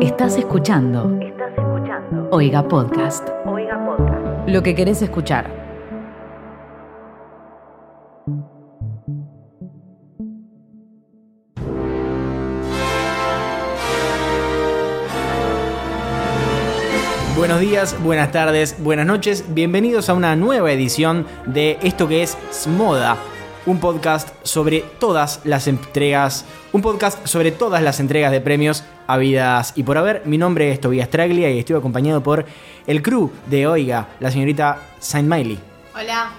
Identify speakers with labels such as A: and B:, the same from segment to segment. A: Estás escuchando. Estás escuchando. Oiga Podcast. Oiga Podcast. Lo que querés escuchar.
B: Buenos días, buenas tardes, buenas noches. Bienvenidos a una nueva edición de esto que es Smoda, un podcast sobre todas las entregas, un podcast sobre todas las entregas de premios habidas y por haber. Mi nombre es Tobias Traglia y estoy acompañado por el crew de Oiga, la señorita Saint Miley,
C: Hola.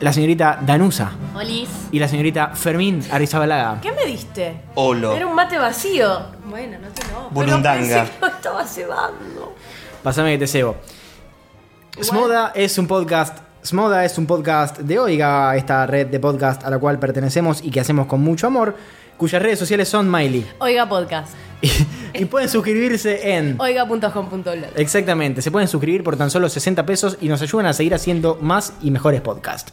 B: la señorita Danusa
C: Olis.
B: y la señorita Fermín Arizabalaga.
D: ¿Qué me diste?
E: Olo.
D: Era un mate vacío. Bueno, no tiene ojo.
E: Burundanga.
D: Pero pensé que lo estaba cebando.
B: Pásame que te cebo. Smoda es un podcast. Smoda es un podcast de Oiga, esta red de podcast a la cual pertenecemos y que hacemos con mucho amor, cuyas redes sociales son Miley.
C: Oiga Podcast.
B: Y, y pueden suscribirse en.
C: Oiga.com.blog.
B: Exactamente, se pueden suscribir por tan solo 60 pesos y nos ayudan a seguir haciendo más y mejores podcasts.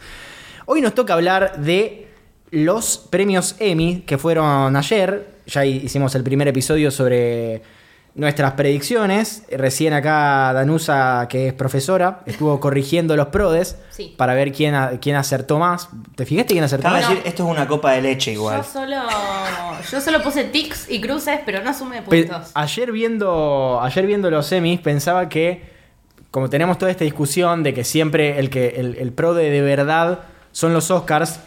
B: Hoy nos toca hablar de los premios Emmy que fueron ayer. Ya hi- hicimos el primer episodio sobre nuestras predicciones. Recién acá Danusa, que es profesora, estuvo corrigiendo los prodes
C: Sí.
B: para ver quién, a- quién acertó más. ¿Te fijaste quién acertó
E: Acaba de
B: más?
E: decir, esto es una copa de leche igual.
C: Yo solo, yo solo puse tics y cruces, pero no sumé
B: Pe-
C: puntos.
E: Ah.
B: ayer viendo ayer viendo los semis pensaba que como tenemos toda esta discusión de que siempre el que el, el pro de, de verdad son los Oscars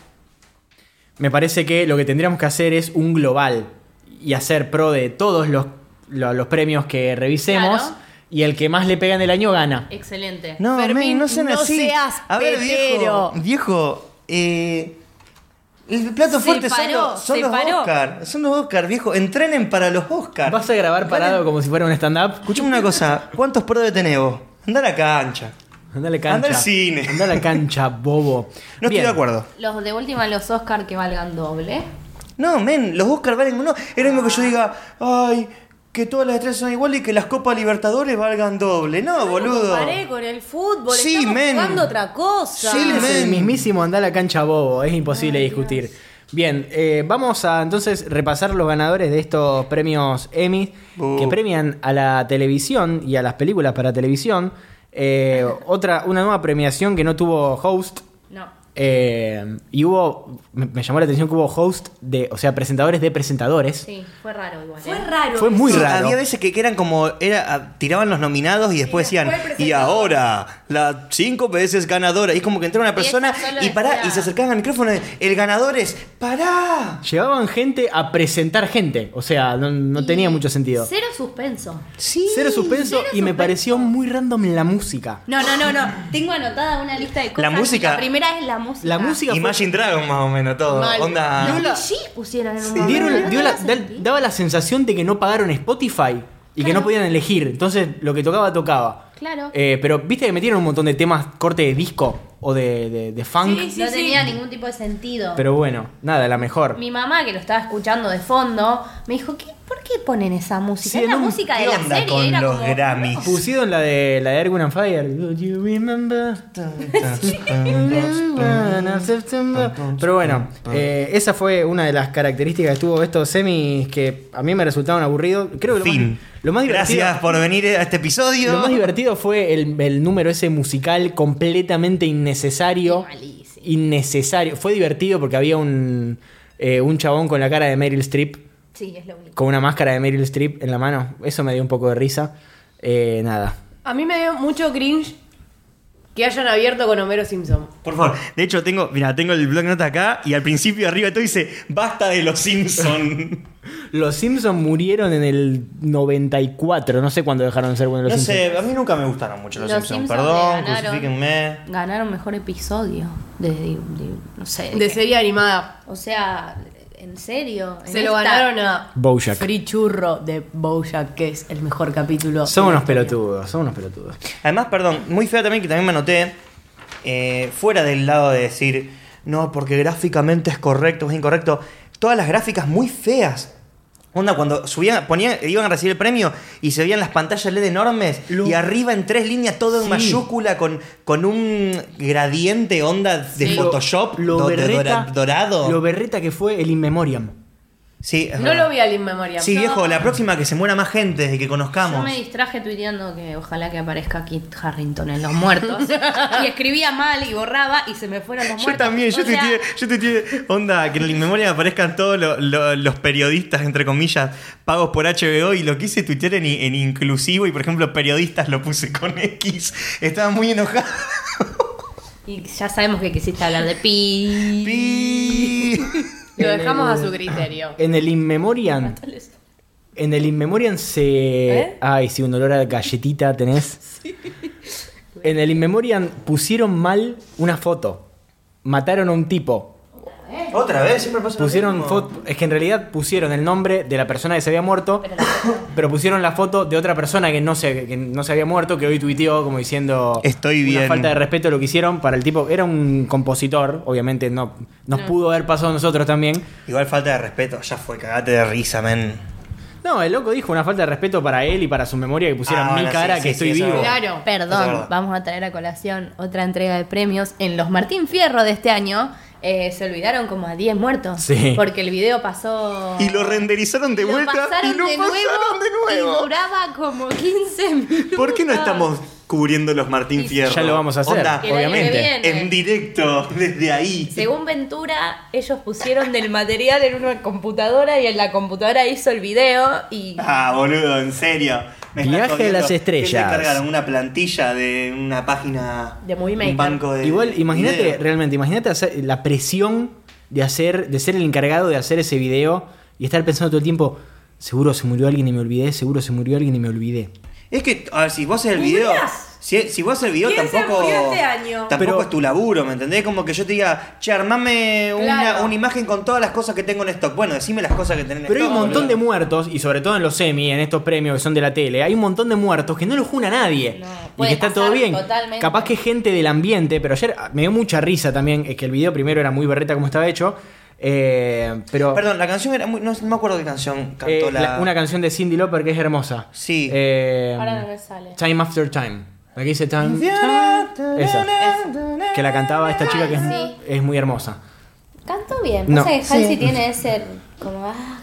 B: me parece que lo que tendríamos que hacer es un global y hacer pro de todos los, lo- los premios que revisemos
C: Claro.
B: y el que más le pega en el año gana
C: Excelente.
E: No,
D: Fermín,
E: men, no sean
D: no
E: así.
D: seas
E: a ver, viejo,
D: petero.
E: viejo, eh, el plato
C: Se
E: fuerte son
C: paró,
E: los, son
C: se
E: los
C: paró.
E: Oscar, son los Oscar, viejo, entrenen para los Oscar.
B: vas a grabar parado como si fuera un stand up
E: Escuchame una cosa, ¿cuántos prodes tenés vos? Andá a la cancha.
B: anda a la cancha
E: Anda al cine.
B: anda a la cancha bobo
E: No
B: Bien.
E: estoy de acuerdo.
C: Los de última, los Oscar que valgan doble.
E: Ah, No, men, los Oscar valen uno. Era lo mismo que yo diga, ay, que todas las estrellas son iguales y que las Copas Libertadores valgan doble. No, boludo.
D: Comparé con el fútbol.
E: Sí,
D: Estamos
E: men.
D: jugando otra cosa.
E: Sí,
B: Es el
E: men.
B: mismísimo anda a la cancha bobo, es imposible discutir. Bien, eh, vamos a entonces repasar los ganadores de estos premios Emmy
E: Bu.
B: que premian a la televisión y a las películas para televisión. Eh, otra, una nueva premiación que no tuvo host.
C: No.
B: eh, y hubo, me, me llamó la atención que hubo host de, o sea, presentadores de presentadores.
C: Sí, fue raro igual.
D: Fue
C: ¿eh?
D: raro.
B: Fue muy
E: Sí,
B: raro.
E: Había veces que, que eran como, era, a- tiraban los nominados y después decían,
D: después el
E: y
D: presentador".
E: ahora, la cinco veces ganadora. Y es como que entraba una persona
C: esa solo
E: y, pará,
C: decía-
E: y se acercaban al micrófono, y, el ganador es, pará.
B: Llevaban gente a presentar gente, o sea, no, no
C: Y
B: tenía mucho sentido.
C: Cero suspenso.
E: Sí.
B: Cero suspenso
C: cero
B: y me
C: suspenso.
B: pareció muy random la música.
C: No, no, no, no. Tengo anotada una lista de cosas.
E: La música-
C: y La primera es la música.
B: La música fue-
E: Imagine Dragon más o menos todo.
C: Mal.
E: Onda.
C: Los VGs pusieron en un momento,
B: Dieron-
C: ¿no
B: dio
C: te
B: la-
C: lo
B: da-
C: sentí?
B: daba la sensación de que no pagaron Spotify y que no
C: Claro.
B: podían elegir. Entonces, lo que tocaba, tocaba.
C: Claro.
B: Eh, pero viste que metieron un montón de temas corte de disco o de, de- de funk.
D: Sí, sí.
C: no tenía ningún tipo de sentido.
B: Pero bueno, nada, la mejor.
C: Mi mamá, que lo estaba escuchando de fondo, me dijo, ¿Qué, ¿por qué ponen esa música?
B: Sí,
C: es la
B: no,
C: música
E: ¿qué
C: de la
E: onda
C: serie.
E: con
C: era
E: los
C: como,
E: Grammys?
C: no.
B: Pusieron la de la de Erwin and Fire. Do you remember? Pero bueno, eh, esa fue una de las características que tuvo estos semis que a mí me resultaron aburridos. Creo que lo
E: Fin.
B: más, lo más divertido.
E: Gracias por venir a este episodio.
B: Lo más divertido fue el, el número ese musical completamente innecesario.
C: Qué malísimo.
B: Innecesario. Fue divertido porque había un, eh, un chabón con la cara de Meryl Streep,
C: Sí, es lo único.
B: con una máscara de Meryl Streep en la mano. Eso me dio un poco de risa. Eh, nada.
D: A mí me dio mucho cringe que hayan abierto con Homero Simpson.
E: Por favor, de hecho tengo, mira, tengo el blog nota acá y al principio arriba de todo dice, basta de los Simpsons.
B: Los Simpsons murieron en el 94. No sé cuándo dejaron de ser buenos
E: No
B: los Simpsons.
E: sé, a mí nunca me gustaron mucho los,
C: Los
E: Simpsons.
C: Simpsons
E: Perdón,
C: le ganaron.
E: crucifíquenme.
C: Ganaron mejor episodio de, de- de- no sé. de
D: De
C: qué.
D: serie animada.
C: O sea, en serio. en
D: Se lo
C: esta-
D: ganaron a
B: Bojack.
D: Frichurro de Bojack, que es el mejor capítulo.
B: Son
D: de la
B: unos
D: historia.
B: pelotudos, son unos pelotudos.
E: Además, perdón, muy fea también que también me anoté, eh, fuera del lado de decir, no, porque gráficamente es correcto o es incorrecto, todas las gráficas muy feas. Onda, cuando subían, ponían, iban a recibir el premio y se veían las pantallas LED enormes
B: Lo-
E: y arriba en tres líneas todo en
B: Sí.
E: mayúscula con, con un gradiente onda de
B: Sí.
E: Photoshop
B: Lo
E: do- de
B: berreta-
E: dora- dorado.
B: Lo berreta que fue el In Memoriam.
E: Sí, es
D: No
E: verdad.
D: lo vi al inmemorial.
E: Sí,
D: No.
E: viejo, la próxima que se muera más gente desde que
C: Yo
E: conozcamos.
C: me distraje tuiteando que ojalá que aparezca Kit Harrington en Los Muertos. y escribía mal y borraba y se me fueron los
E: Yo
C: muertos.
E: también, yo
C: O sea,
E: tuiteé, yo tuiteé, onda, que en la memoria aparezcan todos lo- lo- los periodistas, entre comillas, pagos por HBO, y lo quise tuitear en, en inclusivo, y por ejemplo, periodistas lo puse con X. Estaba muy enojado.
C: Y ya sabemos que quisiste hablar de Pi.
E: Pi.
D: Lo dejamos a su criterio.
B: En el In Memoriam. En el In Memoriam se.
D: ¿Eh?
B: Ay, sí, un olor a galletita tenés. En el In Memoriam pusieron mal una foto. Mataron a un tipo.
E: Otra vez, siempre pasa. lo
B: Pusieron
E: mismo.
B: foto. Es que en realidad pusieron el nombre de la persona que se había muerto. Pero pusieron la foto de otra persona que no se, que no se había muerto, que hoy tuiteó como diciendo.
E: Estoy bien.
B: Una falta de respeto lo que hicieron para el tipo. Era un compositor, obviamente, no, nos pudo haber pasado a nosotros también.
E: Igual falta de respeto, ya fue, cagate de risa, men.
B: No, el loco dijo una falta de respeto para él y para su memoria que pusieran
E: Ah,
B: mi
E: ahora sí,
B: cara
E: sí,
B: que
E: sí,
B: estoy
E: eso es
B: vivo.
E: verdad.
D: Claro.
E: Es
C: Perdón,
E: verdad.
C: vamos a traer a colación otra entrega de premios. En los Martín Fierro de este año eh, se olvidaron como a 10 muertos.
B: Sí.
C: Porque el video pasó.
E: Y lo renderizaron de
C: Lo
E: vuelta y
C: pasaron
E: lo
C: de
E: pasaron de
C: Y
E: nuevo.
C: duraba como 15 minutos.
E: ¿Por qué no estamos cubriendo los Martín Fierro?
B: Ya lo vamos a hacer,
E: Onda,
C: El año que
B: obviamente.
C: viene.
E: en directo, desde ahí.
C: Según Ventura, ellos pusieron del material en una computadora y en la computadora hizo el video y
E: Ah, boludo, en serio. estás
B: Viaje a
E: jodiendo.
B: las estrellas.
E: ¿Qué te cargaron? Una plantilla de una página.
C: De Movie Maker.
E: Un banco de.
B: Igual, imagínate,
E: video.
B: realmente, imagínate hacer- la presión de hacer, de ser el encargado de hacer ese video y estar pensando todo el tiempo, seguro se murió alguien y me olvidé, seguro se murió alguien y me olvidé.
E: Es que, a ver, si vos haces el video.
D: Mirás.
E: Si, si vos haces el video,
D: ¿Quién se
E: tampoco.
D: murió este año?
E: Tampoco
B: Pero-
E: es tu laburo, ¿me entendés? Como que yo te diga, che, armame una,
D: Claro.
E: una imagen con todas las cosas que tengo en stock. Bueno, decime las cosas que tenés en
B: Pero hay
E: stock.
B: un montón de
E: boludo.
B: muertos, y sobre todo en los semi, en estos premios que son de la tele, hay un montón de muertos que no lo juna nadie.
C: No,
B: y
C: puede
B: que está todo
C: pasar
B: bien.
C: totalmente.
B: Capaz que gente del ambiente, pero ayer ah, me dio mucha risa también, es que el video primero era muy berreta como estaba hecho. eh, pero
E: Perdón, la canción era muy. No, no me acuerdo qué canción cantó
B: eh,
E: la...
B: la- una canción de Cindy Lauper que es hermosa.
E: Sí.
B: Eh,
C: ahora no me sale.
B: Time After Time. La que dice Time. Esa. Que la cantaba esta chica que es,
C: Sí.
B: es muy hermosa.
C: Canto bien,
B: No.
C: pasa que Halsey
B: Sí.
C: tiene ese como ah,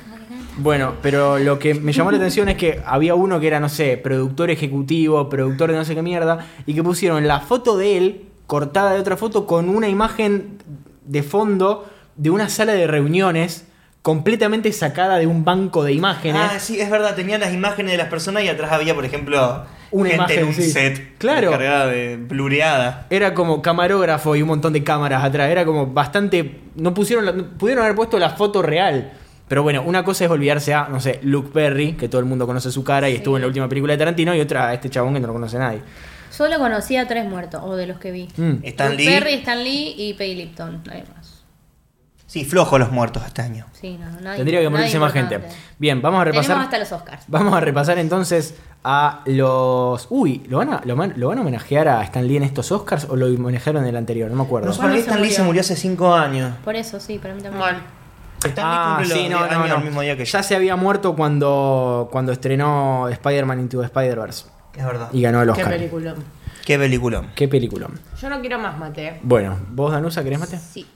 B: Bueno, pero lo que me llamó la atención es que había uno que era, no sé, productor ejecutivo, productor de no sé qué mierda, y que pusieron la foto de él cortada de otra foto con una imagen de fondo de una sala de reuniones completamente sacada de un banco de imágenes.
E: Ah, sí, es verdad, tenían las imágenes de las personas y atrás había, por ejemplo,
B: Una
E: gente
B: imagen,
E: en un
B: sí.
E: set
B: Claro.
E: cargada de blureada.
B: Era como camarógrafo y un montón de cámaras atrás. Era como bastante. No pusieron. la- no- pudieron haber puesto la foto real. Pero bueno, una cosa es olvidarse a, no sé, Luke Perry, que todo el mundo conoce su cara y estuvo en la última película de Tarantino, y otra a este chabón que no lo conoce nadie.
C: solo conocí a tres muertos o de los que vi.
B: Mm.
E: Stan
C: Luke
E: Lee.
C: Perry, Stan Lee y Peggy Lipton, nadie más.
E: Sí, flojo los muertos este año.
C: Sí, no, nadie-
B: Tendría que
C: nadie
B: morirse más gente.
C: importante.
B: Bien, vamos a repasar.
C: Tenemos hasta los Oscars.
B: Vamos a repasar entonces a los. Uy, ¿lo van a, lo, man- lo van a homenajear a Stan Lee en estos Oscars o lo homenajearon en el anterior? No me acuerdo.
E: No sé, para mí
C: ¿Cuándo se
E: Stan Lee
C: murió?
E: se murió hace 5 años.
C: Por eso sí, para mí también.
D: Bueno,
E: Stan Lee
B: Ah,
E: cumple
B: sí,
E: los
B: no, no,
E: años
B: no.
E: el mismo día que yo.
B: Ya se había muerto cuando, cuando estrenó Spider-Man Into the Spider-Verse
E: Es verdad.
B: y ganó el
D: qué
B: Oscar.
D: película.
E: Qué peliculón.
B: Qué peliculón.
D: Yo no quiero más mate.
B: Bueno, ¿vos, Danusa, querés mate?
C: Ah, Sí.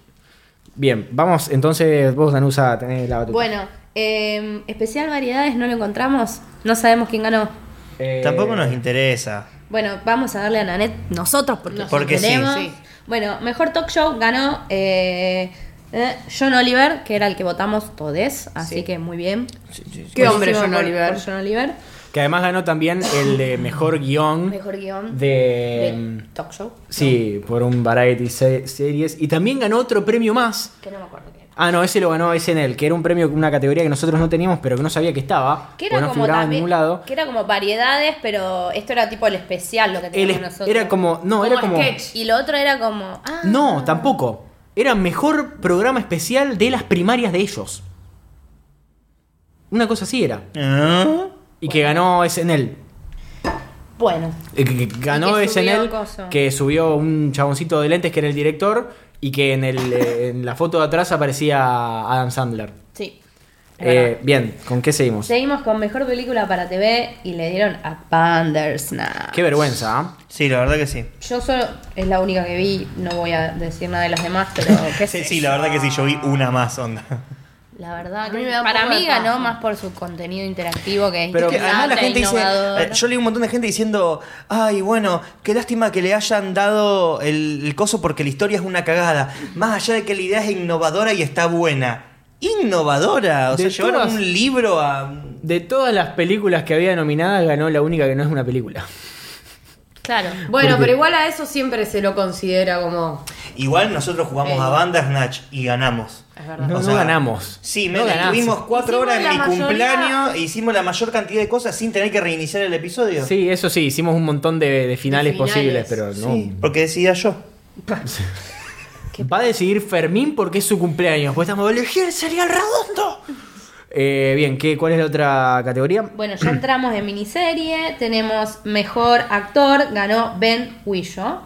B: Bien, vamos, entonces vos, Danusa, tenés la batuta.
C: Bueno, eh, especial variedades no lo encontramos, no sabemos quién ganó.
B: Eh,
E: Tampoco nos interesa.
C: Bueno, vamos a darle a Nanette nosotros porque,
D: Nosotros.
E: Porque sí.
C: tenemos.
D: Sí.
C: Bueno, mejor talk show ganó eh, eh, John Oliver, que era el que votamos todes, así
D: Sí.
C: que muy bien.
D: Qué
C: Buenísimo
D: hombre John
C: por-
D: Oliver.
C: por John Oliver.
B: Que además ganó también el de mejor guión.
C: Mejor guión
B: De.
C: de talk show.
B: Sí, por un variety se- series. Y también ganó otro premio más.
C: Que no me acuerdo qué era.
B: Ah, no, ese lo ganó SNL, que era un premio, una categoría que nosotros no teníamos, pero que no sabía que estaba.
C: Que
B: o
C: era,
B: no
C: como
B: figuraba en
C: también-
B: ningún lado.
C: que era como variedades, pero esto era tipo el especial, lo que
B: Él
C: teníamos
B: es-
C: nosotros.
B: era como. No, era como.
D: sketch.
C: Y lo otro era como. ah,
B: No, tampoco. Era mejor programa especial de las primarias de ellos. Una cosa así era.
E: ¿Ah?
B: Y que ganó SNL.
C: Bueno,
B: Eh, que- que Ganó
C: que subió
B: SNL,
C: el coso.
B: que subió un chaboncito de lentes que era el director y que en, el, eh, en la foto de atrás aparecía Adam Sandler.
C: sí. es verdad.
B: Eh, bien, ¿con qué seguimos?
C: Seguimos con mejor película para TV y le dieron a Bandersnatch.
B: Qué vergüenza, ¿ah?
E: Sí, la verdad que sí.
C: Yo solo es la única que vi, no voy a decir nada de las demás, pero qué sé
E: Sí, sí,
C: yo.
E: la verdad que sí, yo vi una más onda.
C: La verdad,
D: A
C: que
D: mí me da un
C: para
D: poco de
C: mí ganó
D: paja.
C: más por su contenido interactivo que es
E: Pero que
C: interesante,
E: además la gente dice,
C: innovador.
E: eh, yo leí un montón de gente diciendo, ay, bueno, qué lástima que le hayan dado el, el coso porque la historia es una cagada. Más allá de que la idea es innovadora y está buena. Innovadora, o
B: De
E: sea, llevaron
B: todas-
E: un libro a...
B: De todas las películas que había nominadas, ganó la única que no es una película.
C: Claro.
D: Bueno,
B: Porque-
D: pero igual a eso siempre se lo considera como.
E: Igual nosotros jugamos
D: Eh.
E: a Bandersnatch y ganamos.
D: Es
B: No,
D: verdad.
B: no ganamos.
E: Sí,
B: no
E: men,
B: ganás.
E: estuvimos cuatro
D: Hicimos
E: horas en
D: la
E: mi
D: mayoría-
E: cumpleaños e hicimos la mayor cantidad de cosas sin tener que reiniciar el episodio.
B: Sí, eso sí, hicimos un montón de, de finales,
D: finales,
B: posibles, pero no.
E: Sí, porque decía yo.
B: Va a decidir Fermín porque es su cumpleaños. Pues estamos elegir el cereal redondo. Eh, bien, ¿qué, ¿cuál es la otra categoría?
C: Bueno, ya entramos en miniserie. Tenemos mejor actor. Ganó Ben Whishaw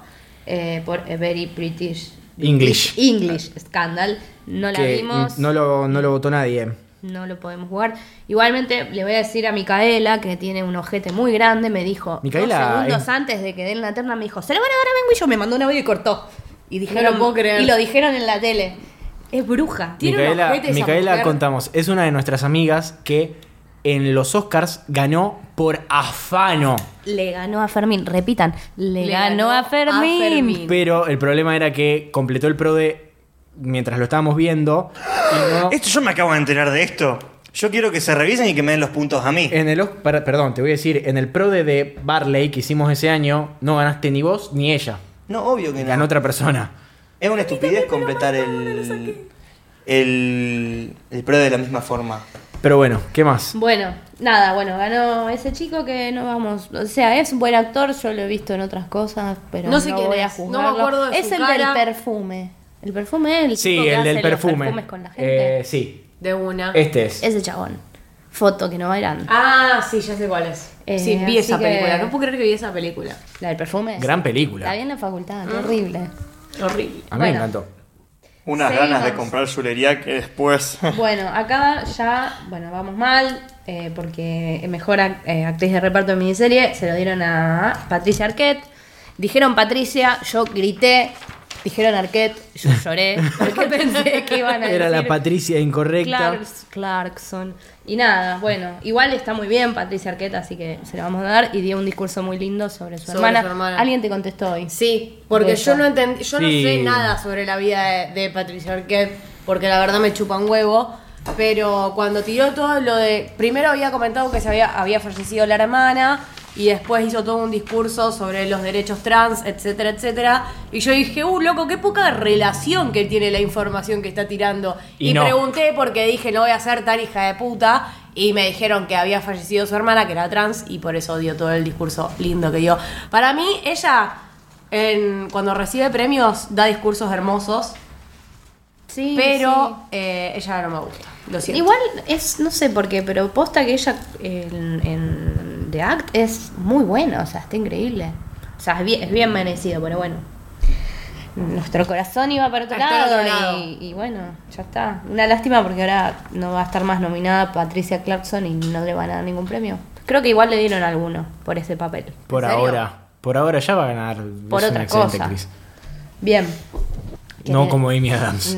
C: eh, por A Very British
B: English.
C: English Scandal. No la
B: Que
C: vimos.
B: No lo, no lo votó nadie.
C: No lo podemos jugar. Igualmente le voy a decir a Micaela, que tiene un ojete muy grande, me dijo
B: Micaela
C: dos segundos
B: es-
C: antes de que den la terna, me dijo, se lo van a dar a Ben Whishaw, me mandó un audio y cortó. Y dijeron,
D: lo puedo creer.
C: Y lo dijeron en la tele. Es bruja.
D: Tiene un
B: Micaela,
D: ojete esa
B: Micaela,
D: mujer.
B: contamos, es una de nuestras amigas que en los Oscars ganó por afano.
C: Le ganó a Fermín. Repitan, le, ganó, a Fermín.
B: Pero el problema era que completó el pro de mientras lo estábamos viendo. y no-
E: Esto yo me acabo de enterar de esto. Yo quiero que se revisen y que me den los puntos a mí.
B: En el, Os- para- perdón, te voy a decir, en el pro de, de Barley que hicimos ese año, no ganaste ni vos ni ella.
E: No, obvio que no.
B: Ganó otra persona.
E: Es una estupidez completar el, el, el prueba de la misma forma.
B: Pero bueno, ¿qué más?
C: Bueno, nada, bueno, ganó ese chico que no vamos. O sea, es un buen actor, yo lo he visto en otras cosas, pero no,
D: No sé quién
C: voy a
D: es, no me
C: juzgarlo.
D: acuerdo de
C: es
D: su
C: el
D: cara.
C: del perfume. El perfume es el
B: Sí,
C: chico que
B: el
C: hace
B: del
C: los
B: perfume.
C: perfumes con la gente. Ah,
B: Eh, sí,
D: De una.
B: este es.
C: Ese chabón. Foto que no bailan.
D: Ah, sí, ya sé cuál es.
C: Eh,
D: sí, vi
C: así
D: esa
C: que-
D: película. No puedo creer que vi esa película. Ah.
C: La del perfume.
B: Gran película.
C: La vi en la facultad, qué horrible.
D: Horrible.
B: A mí me
C: Bueno.
B: encantó.
E: Unas
C: Seguimos.
E: ganas de comprar chulería que después.
C: Bueno, acá ya, bueno, vamos mal, eh, porque mejor ac- eh, actriz de reparto de miniserie se lo dieron a Patricia Arquette. Dijeron Patricia, yo grité. Dijeron Arquette, yo lloré, porque pensé que iban a
B: Era la
C: decir
B: Patricia incorrecta.
C: Clarks- Clarkson. Y nada, bueno, igual está muy bien Patricia Arquette, así que se lo vamos a dar. Y dio un discurso muy lindo sobre su,
D: Sobre
C: hermana.
D: su hermana.
C: Alguien te contestó hoy.
D: Sí, porque
C: Beso.
D: yo no entendí, yo
B: Sí.
D: no sé nada sobre la vida de, de Patricia Arquette, porque la verdad me chupa un huevo. Pero cuando tiró todo lo de. Primero había comentado que se había, había fallecido la hermana, y después hizo todo un discurso sobre los derechos trans, etcétera, etcétera. Y yo dije, uh, loco, qué poca relación que tiene la información que está tirando.
B: Y
D: Y,
B: no.
D: pregunté porque dije, no voy a ser tan hija de puta. Y me dijeron que había fallecido su hermana, que era trans, y por eso dio todo el discurso lindo que dio. Para mí, ella, en- cuando recibe premios, da discursos hermosos,
C: Sí, sí.
D: pero eh, ella no me gusta. Lo siento.
C: Igual es, no sé por qué, pero posta que ella en, en The Act es muy buena, o sea, está increíble. O sea, es bien, es bien merecido, pero bueno. Nuestro corazón iba para otro
D: Está
C: lado,
D: otro lado.
C: Y, y bueno, ya está. Una lástima porque ahora no va a estar más nominada Patricia Clarkson y no le van a dar ningún premio. Creo que igual le dieron alguno por ese papel.
B: Por
D: ¿En serio?
B: ahora. Por ahora ya va a ganar.
C: Por
B: Es una
C: otra
B: excelente
C: cosa.
B: actriz.
C: Bien. Que
B: No
C: le-
B: como Amy Adams.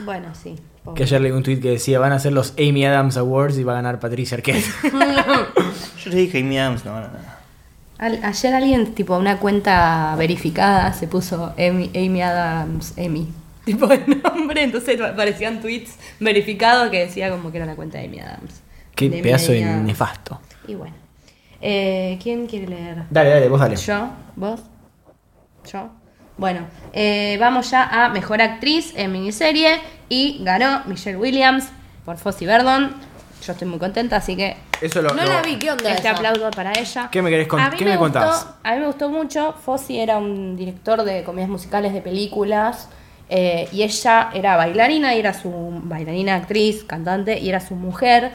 C: Mm, Bueno, sí. pobre.
B: Que ayer leí un tweet que decía, van a ser los Amy Adams Awards y va a ganar Patricia Arquette.
E: Yo le dije, Amy Adams, no, no, no.
C: Al- ayer alguien, tipo, una cuenta verificada se puso Amy, Amy Adams, Amy. Tipo el nombre, entonces aparecían tweets verificados que decía como que era una cuenta de Amy Adams.
B: Qué
C: Amy
B: pedazo de
C: Adams.
B: nefasto.
C: Y bueno. Eh, ¿Quién quiere leer?
B: Dale, dale, vos dale.
C: Yo, vos, yo. Bueno, eh, vamos ya a Mejor Actriz en miniserie y ganó Michelle Williams por Fossi Verdon. Yo estoy muy contenta, así que
B: Eso lo,
D: no
B: lo-
D: la vi, ¿qué onda?
C: este
D: esa?
C: aplauso para ella.
B: ¿Qué me querés con-
C: A mí
B: qué me
C: gustó-
B: contás?
C: a mí me gustó mucho. Fossi era un director de comedias musicales, de películas. eh, y ella era bailarina, y era su bailarina, actriz, cantante, y era su mujer.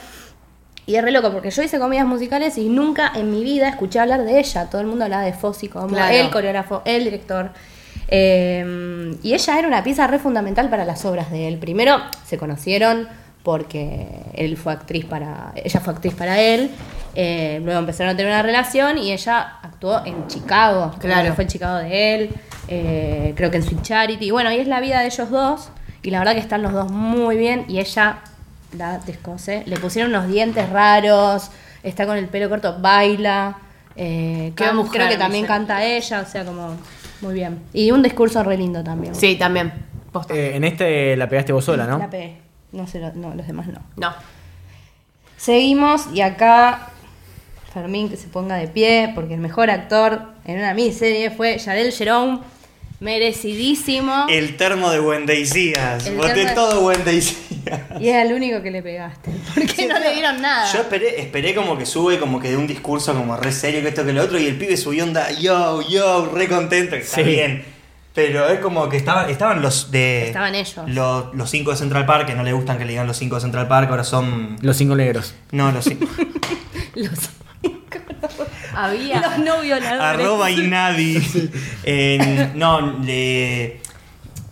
C: Y es re loco, porque yo hice comedias musicales y nunca en mi vida escuché hablar de ella. Todo el mundo hablaba de Fossi como
D: Claro.
C: el coreógrafo, el director. Eh, y ella era una pieza re fundamental para las obras de él. Primero se conocieron porque él fue actriz para. ella fue actriz para él. Eh, luego empezaron a tener una relación y ella actuó en Chicago.
D: Claro.
C: Fue en Chicago de él. eh, creo que en Sweet Charity. Y bueno, y es la vida de ellos dos. Y la verdad que están los dos muy bien. Y ella la descose. Le pusieron unos dientes raros, está con el pelo corto, baila. eh,
D: Cada
C: can-
D: mujer,
C: creo que también
D: Vicente.
C: canta ella, o sea, como muy bien. Y un discurso re lindo también.
D: Sí, también. Posta.
B: Eh, en este la pegaste vos sola, ¿no?
C: La pegué. No sé, lo- no, los demás no.
D: No.
C: Seguimos y acá Fermín que se ponga de pie porque el mejor actor en una miniserie fue Yarel Jerome, merecidísimo.
E: El termo de Wendeisías.
C: El
E: Voté
C: termo de-
E: todo Wendeisías.
C: Y es el único que le pegaste porque no le dieron nada.
E: Yo esperé, esperé como que sube, como que de un discurso como re serio que esto que lo otro, y el pibe subió onda, yo, yo, re contento, que está
B: Sí.
E: bien. Pero es como que estaban, estaban los de.
C: Estaban ellos.
E: Los, los cinco de Central Park, que no le gustan que le digan los cinco de Central Park, ahora son.
B: Los cinco negros.
E: No, los cinco.
C: Los,
D: Había.
C: los no violadores.
E: Arroba y nadie. En- no, le.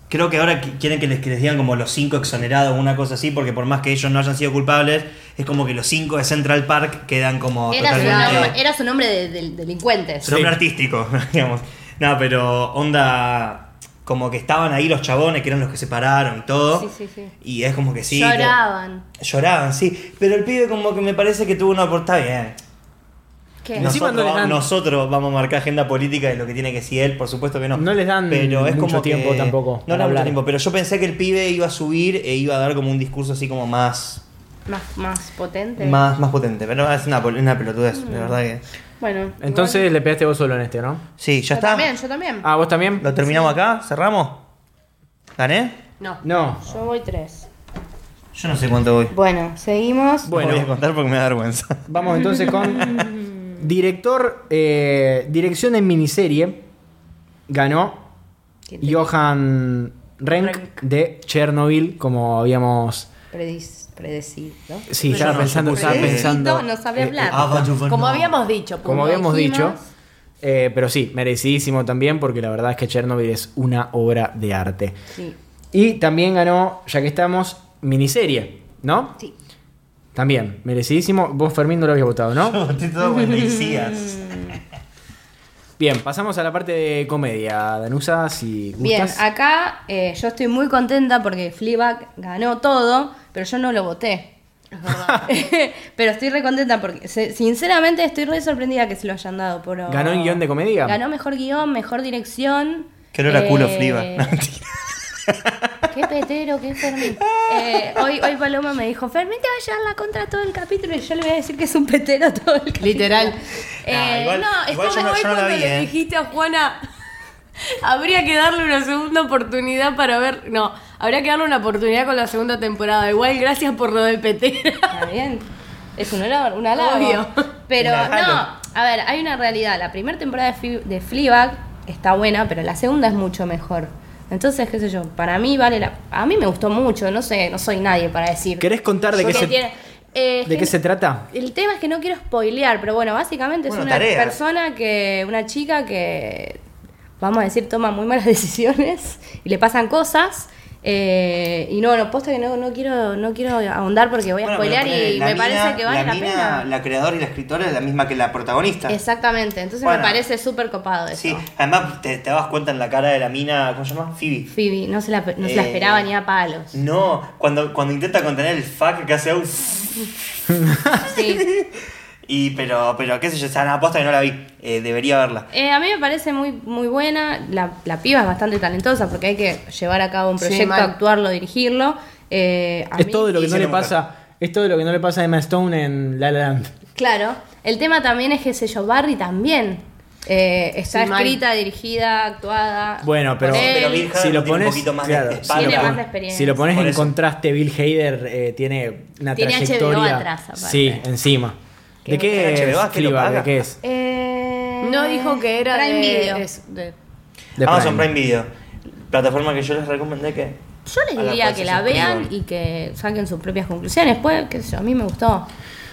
E: Creo que ahora qui- quieren que les, que les digan como los cinco exonerados o una cosa así, porque por más que ellos no hayan sido culpables, es como que los cinco de Central Park quedan como
C: Era su,
E: totalmente.
C: nombre, era su nombre de, de- delincuentes.
E: Su nombre artístico, digamos. No, pero onda. Como que estaban ahí los chabones, que eran los que se pararon y todo.
C: Sí, sí, sí.
E: Y es como que sí. lo-
C: Lloraban.
E: lloraban, sí. Pero el pibe, como que me parece que tuvo una oportunidad bien.
C: ¿Qué?
B: No. Encima
E: Nosotros,
B: le
E: va-
B: dan-
E: nosotros vamos a marcar agenda política de lo que tiene que decir él, por supuesto que no.
B: No les dan
E: pero es
B: mucho
E: como que-
B: tiempo tampoco para
E: No les dan mucho
B: hablar.
E: tiempo, pero yo pensé que el pibe iba a subir e iba a dar como un discurso así como más
C: Más, más potente.
E: más, más potente. Pero es una, pol- una pelotudez,
C: Mm.
E: de verdad que.
C: Bueno.
B: Entonces le pegaste vos solo en este, ¿no?
E: Sí, ya
C: igual. Yo
E: está.
C: también, yo también.
B: Ah, ¿vos también?
E: ¿Lo terminamos acá? ¿Cerramos? ¿Gané?
D: No.
B: No.
C: Yo voy tres.
E: Yo no sé cuánto voy.
C: Bueno, seguimos.
E: Bueno.
B: Bueno.
E: voy a contar porque me da vergüenza.
B: Vamos entonces con director, eh, dirección en miniserie. Ganó
C: ¿Quién te
B: Johan Renck de Chernobyl, como habíamos...
C: predis- predecido?
B: Sí,
E: Yo
B: estaba
E: no,
B: pensando,
E: yo puse-
B: estaba pensando...
C: No sabe
B: eh,
C: hablar.
E: Ah,
D: Como habíamos dicho. punto.
B: Como habíamos
C: dijimos.
B: dicho. eh, pero sí, merecidísimo también, porque la verdad es que Chernobyl es una obra de arte.
C: Sí.
B: Y también ganó, ya que estamos, miniserie, ¿no?
C: Sí.
B: También, merecidísimo. Vos, Fermín, no lo habías votado, ¿no?
E: Voté todo Wendeisías.
B: Bien, pasamos a la parte de comedia, Danusa, si
C: Bien,
B: gustas.
C: acá eh, yo estoy muy contenta porque Fleabag ganó todo, pero yo no lo voté. pero estoy re contenta porque, se- sinceramente, estoy re sorprendida que se lo hayan dado. Por,
B: ¿Ganó en guión de comedia?
C: Ganó mejor guión, mejor dirección.
E: Que olor a culo
C: Eh,
E: fliba.
C: Qué petero, qué Fermín. Eh, hoy, hoy Paloma me dijo, Fermín te va a llevar la contra todo el capítulo y yo le voy a decir que es un petero todo el capítulo.
D: Literal.
C: Eh,
E: Nah, igual-
C: no,
E: igual
C: estuvo
E: yo no-
D: Hoy
E: yo no la
D: cuando
E: vi,
D: le
E: eh.
D: dijiste a Juana, habría que darle una segunda oportunidad para ver. No, habría que darle una oportunidad con la segunda temporada. Igual, gracias por lo del petera.
C: Está bien. Es un honor, un halago.
D: Obvio.
C: Pero
E: Un halago.
C: no, a ver, hay una realidad. La primera temporada de, Fle- de Fleabag está buena, pero la segunda es mucho mejor. Entonces, qué sé yo, para mí vale la... A mí me gustó mucho, no sé, no soy nadie para decir...
B: ¿Querés contar de
C: Yo
B: qué,
C: que
B: se,
C: tiene- eh,
B: de qué
C: gen-
B: se trata?
C: El tema es que no quiero spoilear, pero bueno, básicamente
E: Bueno,
C: es una
E: tarea.
C: persona que, una chica que, vamos a decir, toma muy malas decisiones y le pasan cosas. eh, y no, no, posta que no, no quiero, no quiero ahondar porque voy a
E: Bueno, pero
C: spoilear
E: ponele,
C: y
E: la
C: me
E: mina-
C: parece que vale la,
E: mina,
C: pena.
E: La creadora y la escritora es la misma que la protagonista.
C: Exactamente, entonces
E: Bueno.
C: me parece súper copado eso.
E: Sí, además te, te das cuenta en la cara de la mina, ¿cómo se llama? Phoebe.
C: Phoebe, no se la, no se la
E: Eh,
C: esperaba ni a palos.
E: No, cuando, cuando intenta contener el fuck que hace un...
C: Sí.
E: Y pero, pero qué sé yo, esa una aposta que no la vi. Eh, debería verla.
C: Eh, a mí me parece muy, muy buena. La, la piba es bastante talentosa porque hay que llevar a cabo un
D: Sí,
C: proyecto,
D: mal.
C: actuarlo, dirigirlo. Eh, a
B: Es
C: mí-
B: todo de lo que no
E: Hicieron
B: le
E: mujer.
B: pasa. Es todo de lo que no le pasa a Emma Stone en La La Land.
C: Claro. El tema también es que, sé yo, Barry también eh, está
D: Sí, mal.
C: escrita, dirigida, actuada.
B: Bueno, pero,
C: por él.
E: pero Bill Hader
B: si lo
E: tiene un
B: pones,
E: poquito más de
B: claro,
E: palo,
B: si lo
C: Ah, Tiene
B: pon-
C: más de experiencia.
B: si lo pones
E: Por
B: en
E: eso.
B: contraste, Bill Hader eh, tiene una
C: Tiene HBO
B: trayectoria.
C: atrás, aparte.
B: sí, encima.
C: Que
B: ¿De qué
E: tiene
B: es
E: HBO, que lo
B: Fleabag?
E: paga.
B: ¿De qué es?
C: Eh,
D: No dijo que era
C: Prime
D: de-
C: Video.
D: es- de-
B: De
E: Amazon Prime. Video. Plataforma que yo les recomendé que...
C: Yo
E: a
C: les
E: la
C: diría
E: cual
C: que
E: se
C: la vean
E: suscriban.
C: y que saquen sus propias conclusiones. Pues, qué sé yo, a mí me gustó.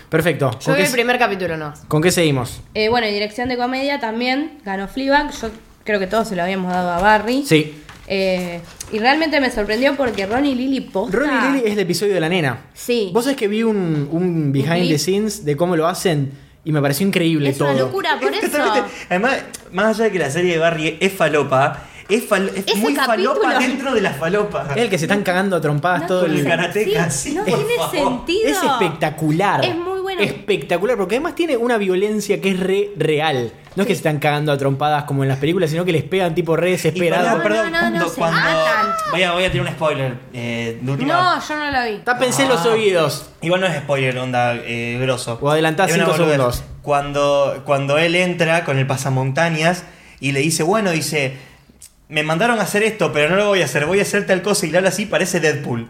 B: Perfecto.
D: Yo
B: ¿Con
D: vi
B: qué,
D: el primer capítulo, no.
B: con qué seguimos?
C: Eh, bueno, y dirección de comedia también ganó Fleabag. Yo creo que todos se lo habíamos dado a Barry.
B: Sí.
C: Eh, y realmente me sorprendió porque Ronnie Lily posta.
B: Ronnie Lily es el episodio de la nena.
C: Sí.
B: Vos sabés que vi un, un behind
C: clip.
B: the scenes de cómo lo hacen y me pareció increíble
C: es
B: todo.
C: una locura, por
E: Es
C: eso.
E: totalmente- Además, más allá de que la serie de Barry es falopa, Es, fal- es
C: Ese
E: muy
C: capítulo-
E: falopa dentro de la falopa.
B: Es el que se están cagando a trompadas
C: No
B: todo
E: el
B: el.
C: tiene
E: karateka,
C: sen-
E: sí,
C: no
E: por
C: tiene
E: favor.
C: sentido.
B: Es espectacular.
C: Es muy bueno.
B: Espectacular, porque además tiene una violencia que es re real. No es que se están cagando a trompadas como en las películas, sino que les pegan tipo re
E: Y perdón,
B: desesperado.
E: perdón,
C: No, no, no,
E: cuando-
C: se
E: cuando-
C: matan.
E: voy, a, voy a tirar un spoiler eh, de última.
D: No, yo no la vi.
B: Tápense los
C: ah.
B: oídos.
E: Igual no es spoiler, onda, eh, grosso.
B: O adelantás
E: Es una
B: cinco
E: boludez.
B: segundos.
E: Cuando, cuando él entra con el pasamontañas y le dice, bueno, dice, me mandaron a hacer esto, pero no lo voy a hacer, voy a hacer tal cosa y le habla así, parece Deadpool.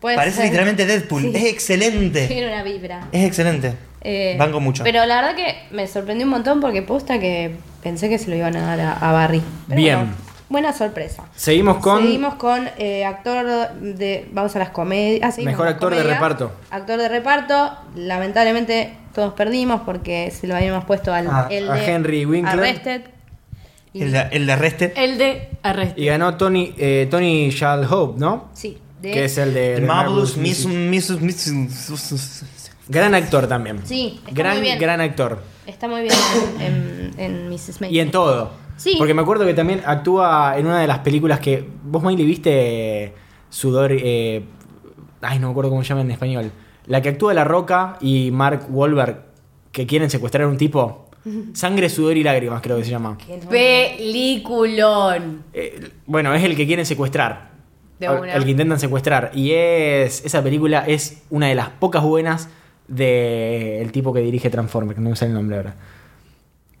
C: Puede
E: parece
C: ser.
E: literalmente Deadpool. Es excelente.
C: Tiene una vibra.
E: Es excelente.
C: Eh,
E: Banco mucho.
C: Pero la verdad que me sorprendió un montón porque posta que pensé que se lo iban a dar a, a Barry. Pero
B: Bien.
C: bueno, buena sorpresa.
B: Seguimos con.
C: Seguimos con eh, actor de. Vamos a las comedias. ah, seguimos
B: Mejor
C: con
B: actor de
C: comedia.
B: reparto.
C: Actor de reparto. Lamentablemente todos perdimos porque se lo habíamos puesto al
E: Ah,
C: el
B: a
C: de
B: Henry Winkler.
C: Arrested. Y-
E: El, de- el de Arrested.
D: El de Arresto.
B: Y ganó Tony, eh, Tony Shall Hope, ¿no?
C: Sí, de-
B: Que es el de. de
E: Marvelous Miss...
B: Marvelous Mrs.
E: Miss- Miss- Miss-
B: Gran actor también.
C: Sí, está
B: gran,
C: muy bien.
B: gran actor.
C: Está muy bien en, en, en Mrs. Maisel.
B: Y en todo.
C: Sí.
B: Porque me acuerdo que también actúa en una de las películas que. Vos, Miley, viste Sudor. eh, ay, no me acuerdo cómo se llama en español. La que actúa La Roca y Mark Wahlberg, que quieren secuestrar a un tipo. Sangre, sudor y lágrimas, creo que se llama.
D: Peliculón.
B: Eh, bueno, es el que quieren secuestrar.
D: De
B: Al-
D: una.
B: El que intentan secuestrar. Y es. Esa película es una de las pocas buenas del tipo que dirige Transformers, que no me sale el nombre ahora.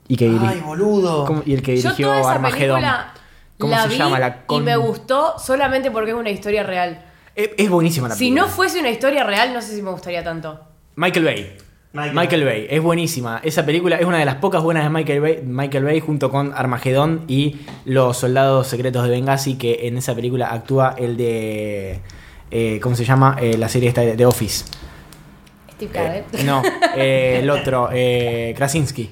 B: Y que dirige.
E: Ay, boludo.
B: ¿Cómo? Y el que
D: Yo
B: dirigió
D: toda esa
B: Armagedón.
D: película
B: ¿Cómo
D: la
B: se
D: vi
B: llama la
D: y
B: con-
D: me gustó solamente porque es una historia real.
B: Es, es buenísima la
D: Si
B: película.
D: no fuese una historia real, no sé si me gustaría tanto.
B: Michael Bay.
E: Michael.
B: Michael. Bay, es buenísima. Esa película es una de las pocas buenas de Michael Bay, Michael Bay junto con Armagedón y Los Soldados Secretos de Benghazi, que en esa película actúa el de... eh, ¿Cómo se llama? Eh, la serie esta de de Office.
C: Steve Carell.
B: Eh, no, eh, el otro, eh, Krasinski.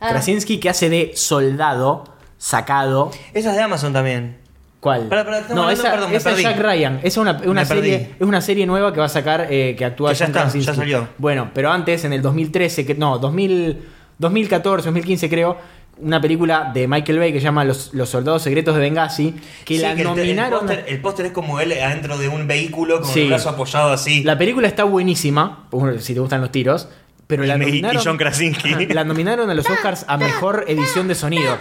C: Ah.
B: Krasinski que hace de soldado sacado.
E: Esa es de Amazon también.
B: ¿Cuál?
E: Pará, pará, estamos
B: no,
E: hablando,
B: esa,
E: perdón, me
B: esa es
E: perdí.
B: Jack Ryan. Esa es una, una
E: Me perdí.
B: serie, es una serie nueva que va a sacar eh, que actúa
E: Que ya
B: John
E: está,
B: Krasinski.
E: ya salió.
B: Bueno, pero antes, en el 2013, que, no, 2000, 2014, 2015 creo, una película de Michael Bay que se llama Los, Los Soldados Secretos de Benghazi, que
E: Sí,
B: la
E: el- el
B: nominaron...
E: póster- El póster es como él adentro de un vehículo con
B: Sí.
E: el brazo apoyado así.
B: La película está buenísima, por- si te gustan los tiros, pero la
E: Y- y
B: nominaron...
E: John Krasinski.
B: Ajá, La nominaron a los Oscars a Mejor Edición de Sonido.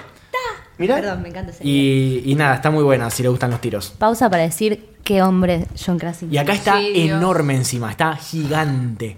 C: Perdón, me encanta ese video.
B: Y, y nada, está muy buena si le gustan los tiros.
C: Pausa para decir qué hombre John Krasinski.
B: Y acá está
D: Sí, Dios.
B: enorme encima, está gigante.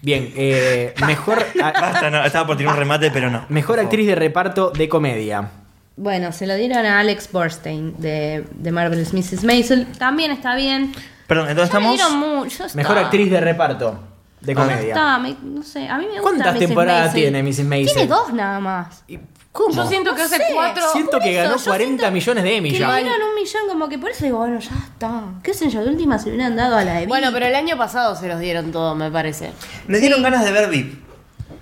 B: Bien, eh, mejor, a-
E: Basta, no, estaba por tirar un remate, pero no.
B: mejor actriz de reparto de comedia.
C: Bueno, se lo dieron a Alex Borstein de, de Marvel's Mrs. Maisel. También está bien.
E: Perdón, entonces
C: Ya me
E: estamos.
C: dieron mucho. ya
B: Mejor
C: está.
B: actriz de reparto de
C: Ya
B: comedia.
C: está, me- no sé, a mí me gusta
B: ¿Cuántas
C: Mrs.
B: temporadas
C: Maisel.
B: tiene Mrs. Maisel?
C: Tiene dos nada más.
B: ¿Y ¿Cómo?
D: Yo siento que hace cuatro.
B: Siento
C: Por
B: que
C: eso,
B: ganó
C: yo
B: 40
C: siento
B: millones de Emmy
C: Que
B: ya.
C: le dieron un millón, como que por eso digo, bueno, ya está. ¿Qué sé yo? De última se hubieran dado a la de
D: Bueno,
C: Bill.
D: pero el año pasado se los dieron todo, me parece.
E: Me dieron ganas de ver VIP.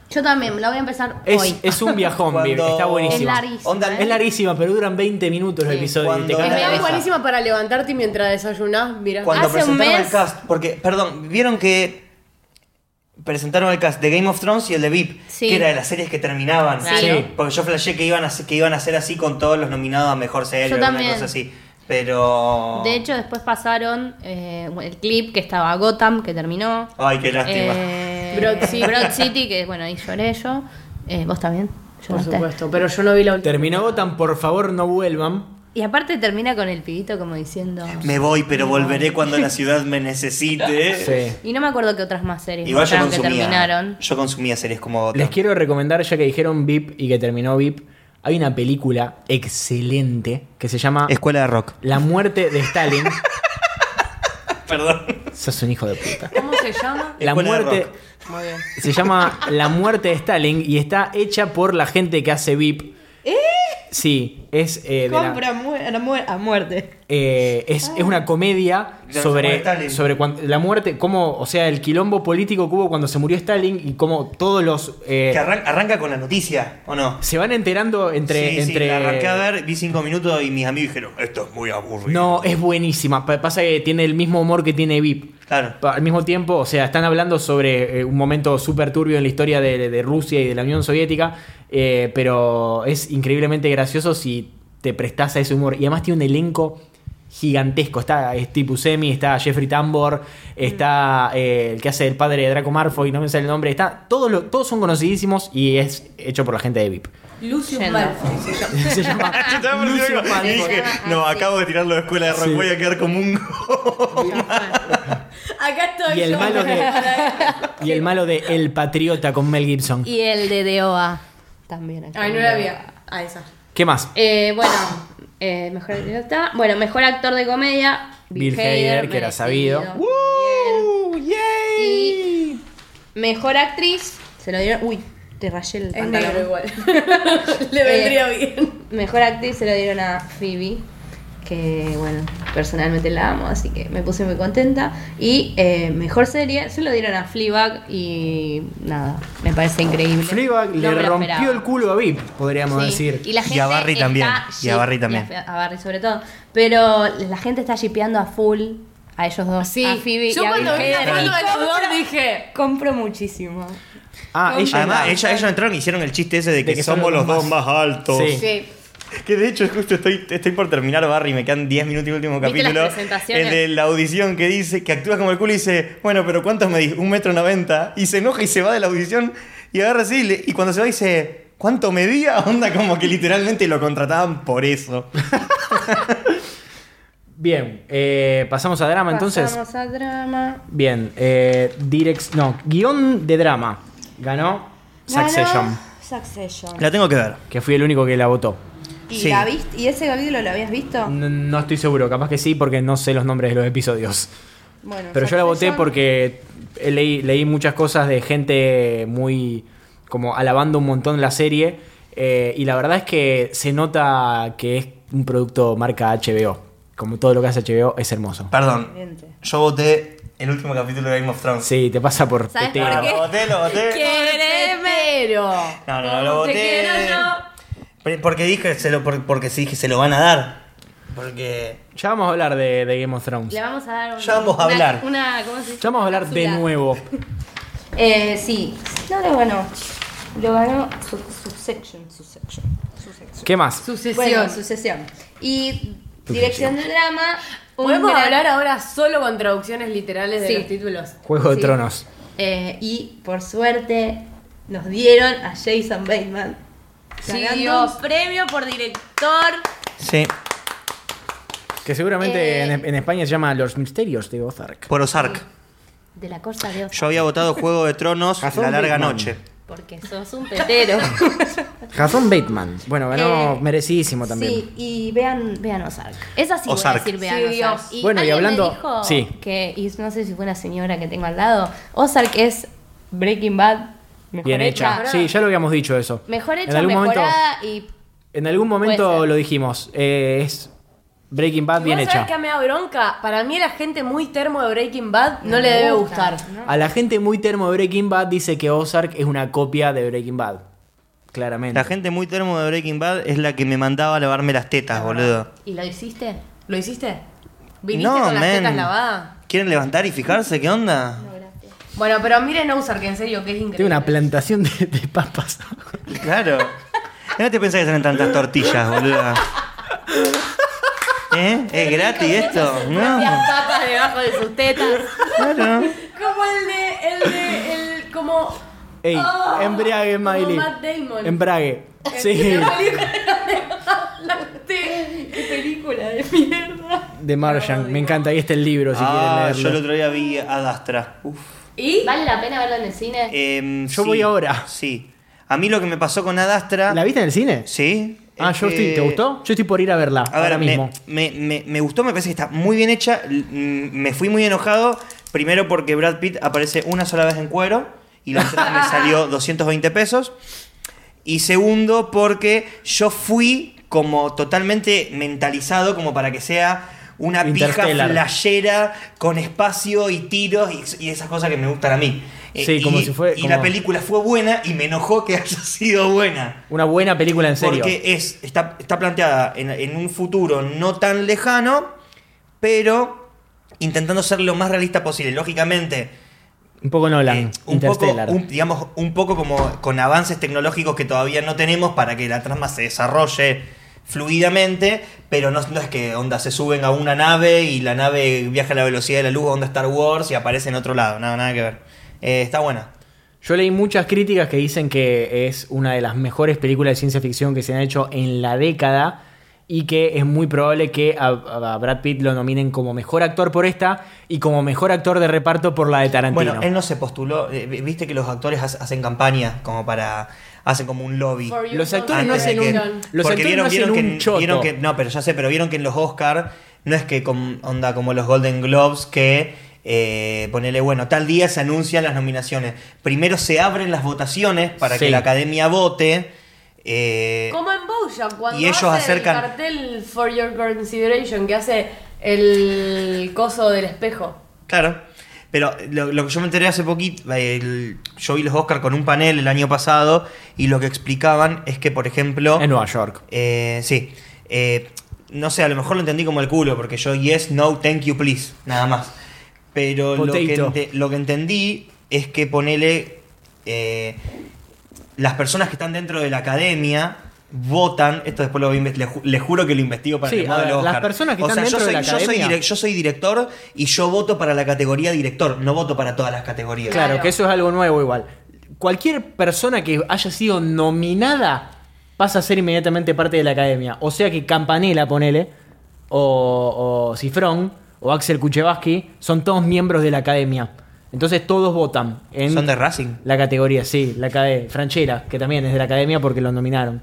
C: Yo también, la voy a empezar
B: Es,
C: hoy.
B: es un viajón,
E: Cuando-
B: bien, está
C: Es
B: buenísima.
C: larguísima, ¿eh?
E: Onda,
B: Es larguísima, pero duran 20 minutos los
D: ¿eh? Sí.
B: episodios. y te cagas
E: Cuando-
D: Es
B: la
E: Esa.
D: medio
B: cabeza.
D: buenísima para levantarte mientras desayunás, mira.
E: Cuando
C: Hace un
E: presentaron el
C: mes-
E: cast, porque, perdón, vieron que presentaron el cast de Game of Thrones y el de VIP,
C: Sí.
E: que era de las series que terminaban.
C: Claro. Sí.
E: Porque yo flashé que iban a ser, que iban a ser así con todos los nominados a mejor serie
C: Yo
E: o alguna
C: también.
E: cosa así. Pero.
C: De hecho, después pasaron eh, el clip que estaba Gotham, que terminó.
E: Ay, qué Oh, lástima.
C: Eh,
D: Broad City.
C: Broad City, que bueno, ahí lloré yo. Eh, ¿Vos también?
D: Por
C: ¿Lloraste?
D: supuesto, pero yo no vi la última.
B: Terminó Gotham, por favor no vuelvan.
C: Y aparte termina con el pibito como diciendo...
E: Me voy, pero volveré cuando la ciudad me necesite.
B: Sí.
C: Y no me acuerdo qué otras más series
E: Igual yo
C: mostraron que
E: consumía.
C: terminaron.
E: Yo consumía series como Gotham.
B: Les quiero recomendar, ya que dijeron VIP y que terminó VIP, hay una película excelente que se llama
E: Escuela de Rock.
B: La muerte de Stalin.
E: Perdón.
B: Sos un hijo de puta.
D: ¿Cómo se llama?
B: La
E: Escuela de
B: muerte
E: rock.
D: Muy bien.
B: se llama La muerte de Stalin y está hecha por la gente que hace VIP.
D: ¿Eh?
B: Sí, es eh, de la-
C: a muerte.
B: eh, es, es una comedia
E: De la muerte de
B: sobre,
E: Stalin.
B: sobre cuan- la muerte, cómo, o sea, el quilombo político que hubo cuando se murió Stalin y cómo todos los eh,
E: Que arran- arranca con la noticia, ¿o no?
B: se van enterando entre
E: sí, sí,
B: entre
E: la arranqué a ver, vi cinco minutos y mis amigos dijeron, esto es muy aburrido.
B: No, es buenísima. Pa- Pasa que tiene el mismo humor que tiene VIP.
E: Claro.
B: Pa- Al mismo tiempo, o sea, están hablando sobre eh, un momento súper turbio en la historia de, de Rusia y de la Unión Soviética, eh, pero es increíblemente gracioso si te prestás a ese humor. Y además tiene un elenco gigantesco. Está Steve Buscemi, está Jeffrey Tambor, está eh, el que hace el padre de Draco Malfoy, no me sale el nombre. Está, todos, lo- todos son conocidísimos y es hecho por la gente de VIP.
D: Lucius
C: Yendo.
D: Malfoy se llama.
B: Se llama
E: Yo estaba por decir
B: Lucio
E: algo,
B: Malfoy.
E: y dije,
D: Ah,
E: no, acabo de tirarlo de escuela de rock,
B: Sí.
E: voy a quedar como un...
D: Acá estoy
B: Y el
D: yo.
B: malo de- Y el malo de El Patriota con Mel Gibson.
C: Y el de DOA también. acá.
D: Ay, no la había. Ah, esa.
B: ¿Qué más?
C: Eh, bueno,
D: Ah,
C: eh, mejor directa. Bueno, mejor actor de comedia.
B: Bill Hader, que era sabido.
C: merecido. Y mejor actriz. Se lo dieron. Uy, te rayé el
D: Es
C: pantalón.
D: negro igual.
C: Eh,
D: Le vendría bien.
C: Mejor actriz se lo dieron a Phoebe, que bueno, personalmente la amo, así que me puse muy contenta. Y eh, mejor serie se lo dieron a Fleabag y nada, me parece increíble.
B: Fleabag
C: No
B: le
C: me lo
B: rompió
C: esperaba.
B: el culo a VIP, podríamos
C: Sí,
B: decir.
C: Y, la
E: Y a
C: gente
E: Barry
C: está
E: también, y a
C: ship-
E: Barry también.
C: y A, a Barry sobre todo. Pero la gente está shipeando a full a ellos dos.
D: Sí.
C: a Phoebe
D: Yo
C: y a
D: cuando
C: Bill
D: vi la
C: Hader.
D: foto
C: Y
D: de los dos
C: compro-
D: dije-
C: Compro muchísimo.
B: Ah, ella.
E: Además, ella- ellos entraron y hicieron el chiste ese de que,
B: que
E: somos los dos más, altos.
B: Sí.
D: Sí.
E: Que de hecho, justo estoy, estoy por terminar Barry, me quedan 10 minutos y último
D: ¿Viste las
E: capítulo.
D: presentaciones?
E: El de la audición que dice, que actúa como el culo y dice, bueno, pero ¿cuántos me dijo? Un metro noventa. Y se enoja y se va de la audición y agarra así. y le- Y cuando se va dice, ¿cuánto medía? Onda como que literalmente lo contrataban por eso.
B: Bien, eh, pasamos a drama entonces.
C: Pasamos a drama.
B: Bien, eh, direct, no, guión de drama. Ganó Succession,
C: Ganó Succession.
E: La tengo que ver.
B: que fui el único que la votó.
C: ¿Y,
E: Sí.
C: la viste- ¿Y ese capítulo lo habías visto?
B: No, no estoy seguro, capaz que sí, porque no sé los nombres de los episodios.
C: Bueno,
B: Pero yo la voté
C: Succession-
B: porque leí, leí muchas cosas de gente muy como alabando un montón la serie eh, y la verdad es que se nota que es un producto marca HBO. Como todo lo que hace HBO es hermoso.
E: Perdón,
C: Excelente.
E: yo voté el último capítulo de Game of Thrones.
B: Sí, te pasa por
C: ¿Sabes
B: tetero.
C: por qué?
E: Lo voté, lo voté.
D: Pero.
E: No, no, no, lo
D: Te
E: voté.
D: quiero yo.
E: Pero- Porque dije, se lo, por- porque sí, dije, se lo van a dar. Porque.
B: Ya vamos a hablar de, de Game of Thrones.
C: Le
B: Ya
C: vamos a dar un-
E: Ya vamos a
C: una-
E: hablar.
C: Una, ¿cómo se dice?
B: vamos a hablar de
C: Cápsula.
B: nuevo.
C: Eh, sí. No lo ganó. Lo ganó su, Succession. Succession. Succession.
B: ¿Qué más?
D: Sucesión.
C: Bueno, sucesión. Y dirección de drama. un
D: Podemos
C: gran-
D: hablar ahora solo con traducciones literales de
C: Sí.
D: los títulos.
B: Juego de
C: Sí.
B: Tronos.
C: Eh, y por suerte nos dieron a Jason Bateman. ganando
D: Dios.
C: un premio por director.
E: Sí.
B: Que seguramente
C: Eh.
B: en, en España se llama Los Misterios de Ozark.
E: Por Ozark.
C: De la costa de Oz.
E: Yo había votado Juego de Tronos,
B: Jason
E: La Larga
B: Bateman.
E: Noche.
C: Porque sos un petero.
B: Jason Bateman. Bueno, ganó
C: Eh,
B: merecidísimo también.
C: Sí, y vean, vean Ozark. Esa sí voy a
E: Ozark.
C: decir vean
D: Sí,
C: Ozark.
D: Dios.
B: Bueno, y
C: alguien me
B: hablando-
C: dijo
B: sí.
C: Que, y no sé si fue una señora que tengo al lado, Ozark es Breaking Bad mejor
B: Bien hecha. Sí, ya lo habíamos dicho eso.
C: Mejor
B: En
C: hecha,
B: algún momento,
C: mejorada y...
B: en algún momento
C: ser.
B: lo dijimos. eh, es Breaking Bad
D: ¿Y
B: bien
D: vos
B: hecha.
D: sabés que me da bronca? Para mí la gente muy termo de Breaking Bad no, le debe
C: gusta,
D: gustar.
C: ¿no?
B: A la gente muy termo de Breaking Bad dice que Ozark es una copia de Breaking Bad. Claramente.
E: La gente muy termo de Breaking Bad es la que me mandaba a lavarme las tetas, boludo.
C: ¿Y lo hiciste?
D: ¿Lo hiciste? ¿Viniste con las
E: man.
D: tetas lavadas?
E: ¿Quieren levantar y fijarse? ¿Qué onda?
D: Bueno, pero miren Ozark, en serio, que es increíble.
B: Tiene una plantación de, de papas.
E: Claro. No te pensás que salen tantas tortillas, boludo. ¿Eh? ¿Es gratis esto?
D: Las
E: No.
D: patas debajo de sus tetas.
E: Claro.
D: Como el de, el de, el, como...
B: Ey,
D: Oh,
B: embriague,
D: como
B: Miley.
D: Matt Damon.
B: Embrague. Sí.
D: La película de Matt Damon.
C: ¡Qué película de mierda!
B: De Martian. Me encanta. Y este es el libro, si
E: Ah,
B: quieren
E: yo el
B: leerlo.
E: otro día vi Adastra. Uf.
D: ¿Y?
C: ¿Vale la pena verlo en el cine?
E: Em,
B: Yo
E: sí,
B: voy ahora.
E: Sí. A mí lo que me pasó con Adastra.
B: ¿La viste en el cine?
E: Sí. Este,
B: Ah,
E: es
B: yo estoy.
E: que-
B: ¿Te gustó? Yo estoy por ir a verla
E: A ver,
B: ahora
E: me-
B: mismo.
E: Me, me- me gustó, me parece que está muy bien hecha. L- mm, Me fui muy enojado. Primero porque Brad Pitt aparece una sola vez en cuero y la entrada me salió 220 pesos. Y segundo porque yo fui como totalmente mentalizado como para que sea una pija
B: Interstellar.
E: flashera con espacio y tiros y, y esas cosas que me gustan a mí. Eh,
B: Sí,
E: y,
B: como si fue-
E: y
B: como-
E: la película fue buena y me enojó que haya sido buena.
B: Una buena película en serio.
E: Porque es, está, está planteada en, en un futuro no tan lejano, pero intentando ser lo más realista posible. Lógicamente,
B: Un poco Nolan.
E: eh, un, poco,
B: Interstellar.
E: un- digamos, un poco como con avances tecnológicos que todavía no tenemos para que la trama se desarrolle fluidamente, pero no, no es que onda se suben a una nave y la nave viaja a la velocidad de la luz, onda Star Wars y aparece en otro lado, nada, nada que ver. Eh, está buena.
B: Yo leí muchas críticas que dicen que es una de las mejores películas de ciencia ficción que se han hecho en la década y que es muy probable que a, a Brad Pitt lo nominen como mejor actor por esta y como mejor actor de reparto por la de Tarantino.
E: Bueno, él no se postuló, eh, vi- viste que los actores hac- hacen campaña como para, hacen como un lobby.
D: For you.
B: los actores no
E: Antes
B: hacen
E: de
B: un,
E: que-
B: los
E: porque
B: actores
E: vieron,
B: no hacen
E: vieron
B: un
E: que,
B: choto.
E: vieron que- no, pero ya sé, pero vieron que en los Oscar no es que con, onda como los Golden Globes que eh, ponele, bueno, tal día se anuncian las nominaciones. Primero se abren las votaciones para
B: Sí.
E: que la academia vote. eh,
D: Como en Bojack, cuando
E: Y ellos
D: hace
E: acercan-
D: el cartel for your consideration que hace el coso del espejo.
E: Claro. Pero lo, lo que yo me enteré hace poquito, el- yo vi los Oscar con un panel el año pasado y lo que explicaban es que, por ejemplo...
B: En Nueva York.
E: Eh, sí. Eh, no sé, a lo mejor lo entendí como el culo, porque yo yes, no, thank you, please. Nada más. Pero lo que,
B: Potato.
E: ente- lo que entendí es que ponele. eh, las personas que están dentro de la acadea votan. Esto después lo voy a inves- le, ju- le juro que lo investigo para
B: Sí,
E: que me
B: a
E: haga
B: ver,
E: el Oscar.
B: las personas que
E: O
B: están
E: sea, yo
B: dentro de
E: soy-
B: la
E: yo soy
B: academia-
E: direc- Yo soy director y yo voto para la categoría director, no voto para todas las categorías.
B: Claro,
D: Claro.
B: que eso es algo nuevo igual. Cualquier persona que haya sido nominada pasa a ser inmediatamente parte de la academia. O sea que Campanella, ponele, o, o Cifrón, o Axel Kuchevaski, son todos miembros de la academia. Entonces todos votan en
E: Son de Racing.
B: la categoría, sí, la academia. Franchera, que también es de la academia porque lo nominaron.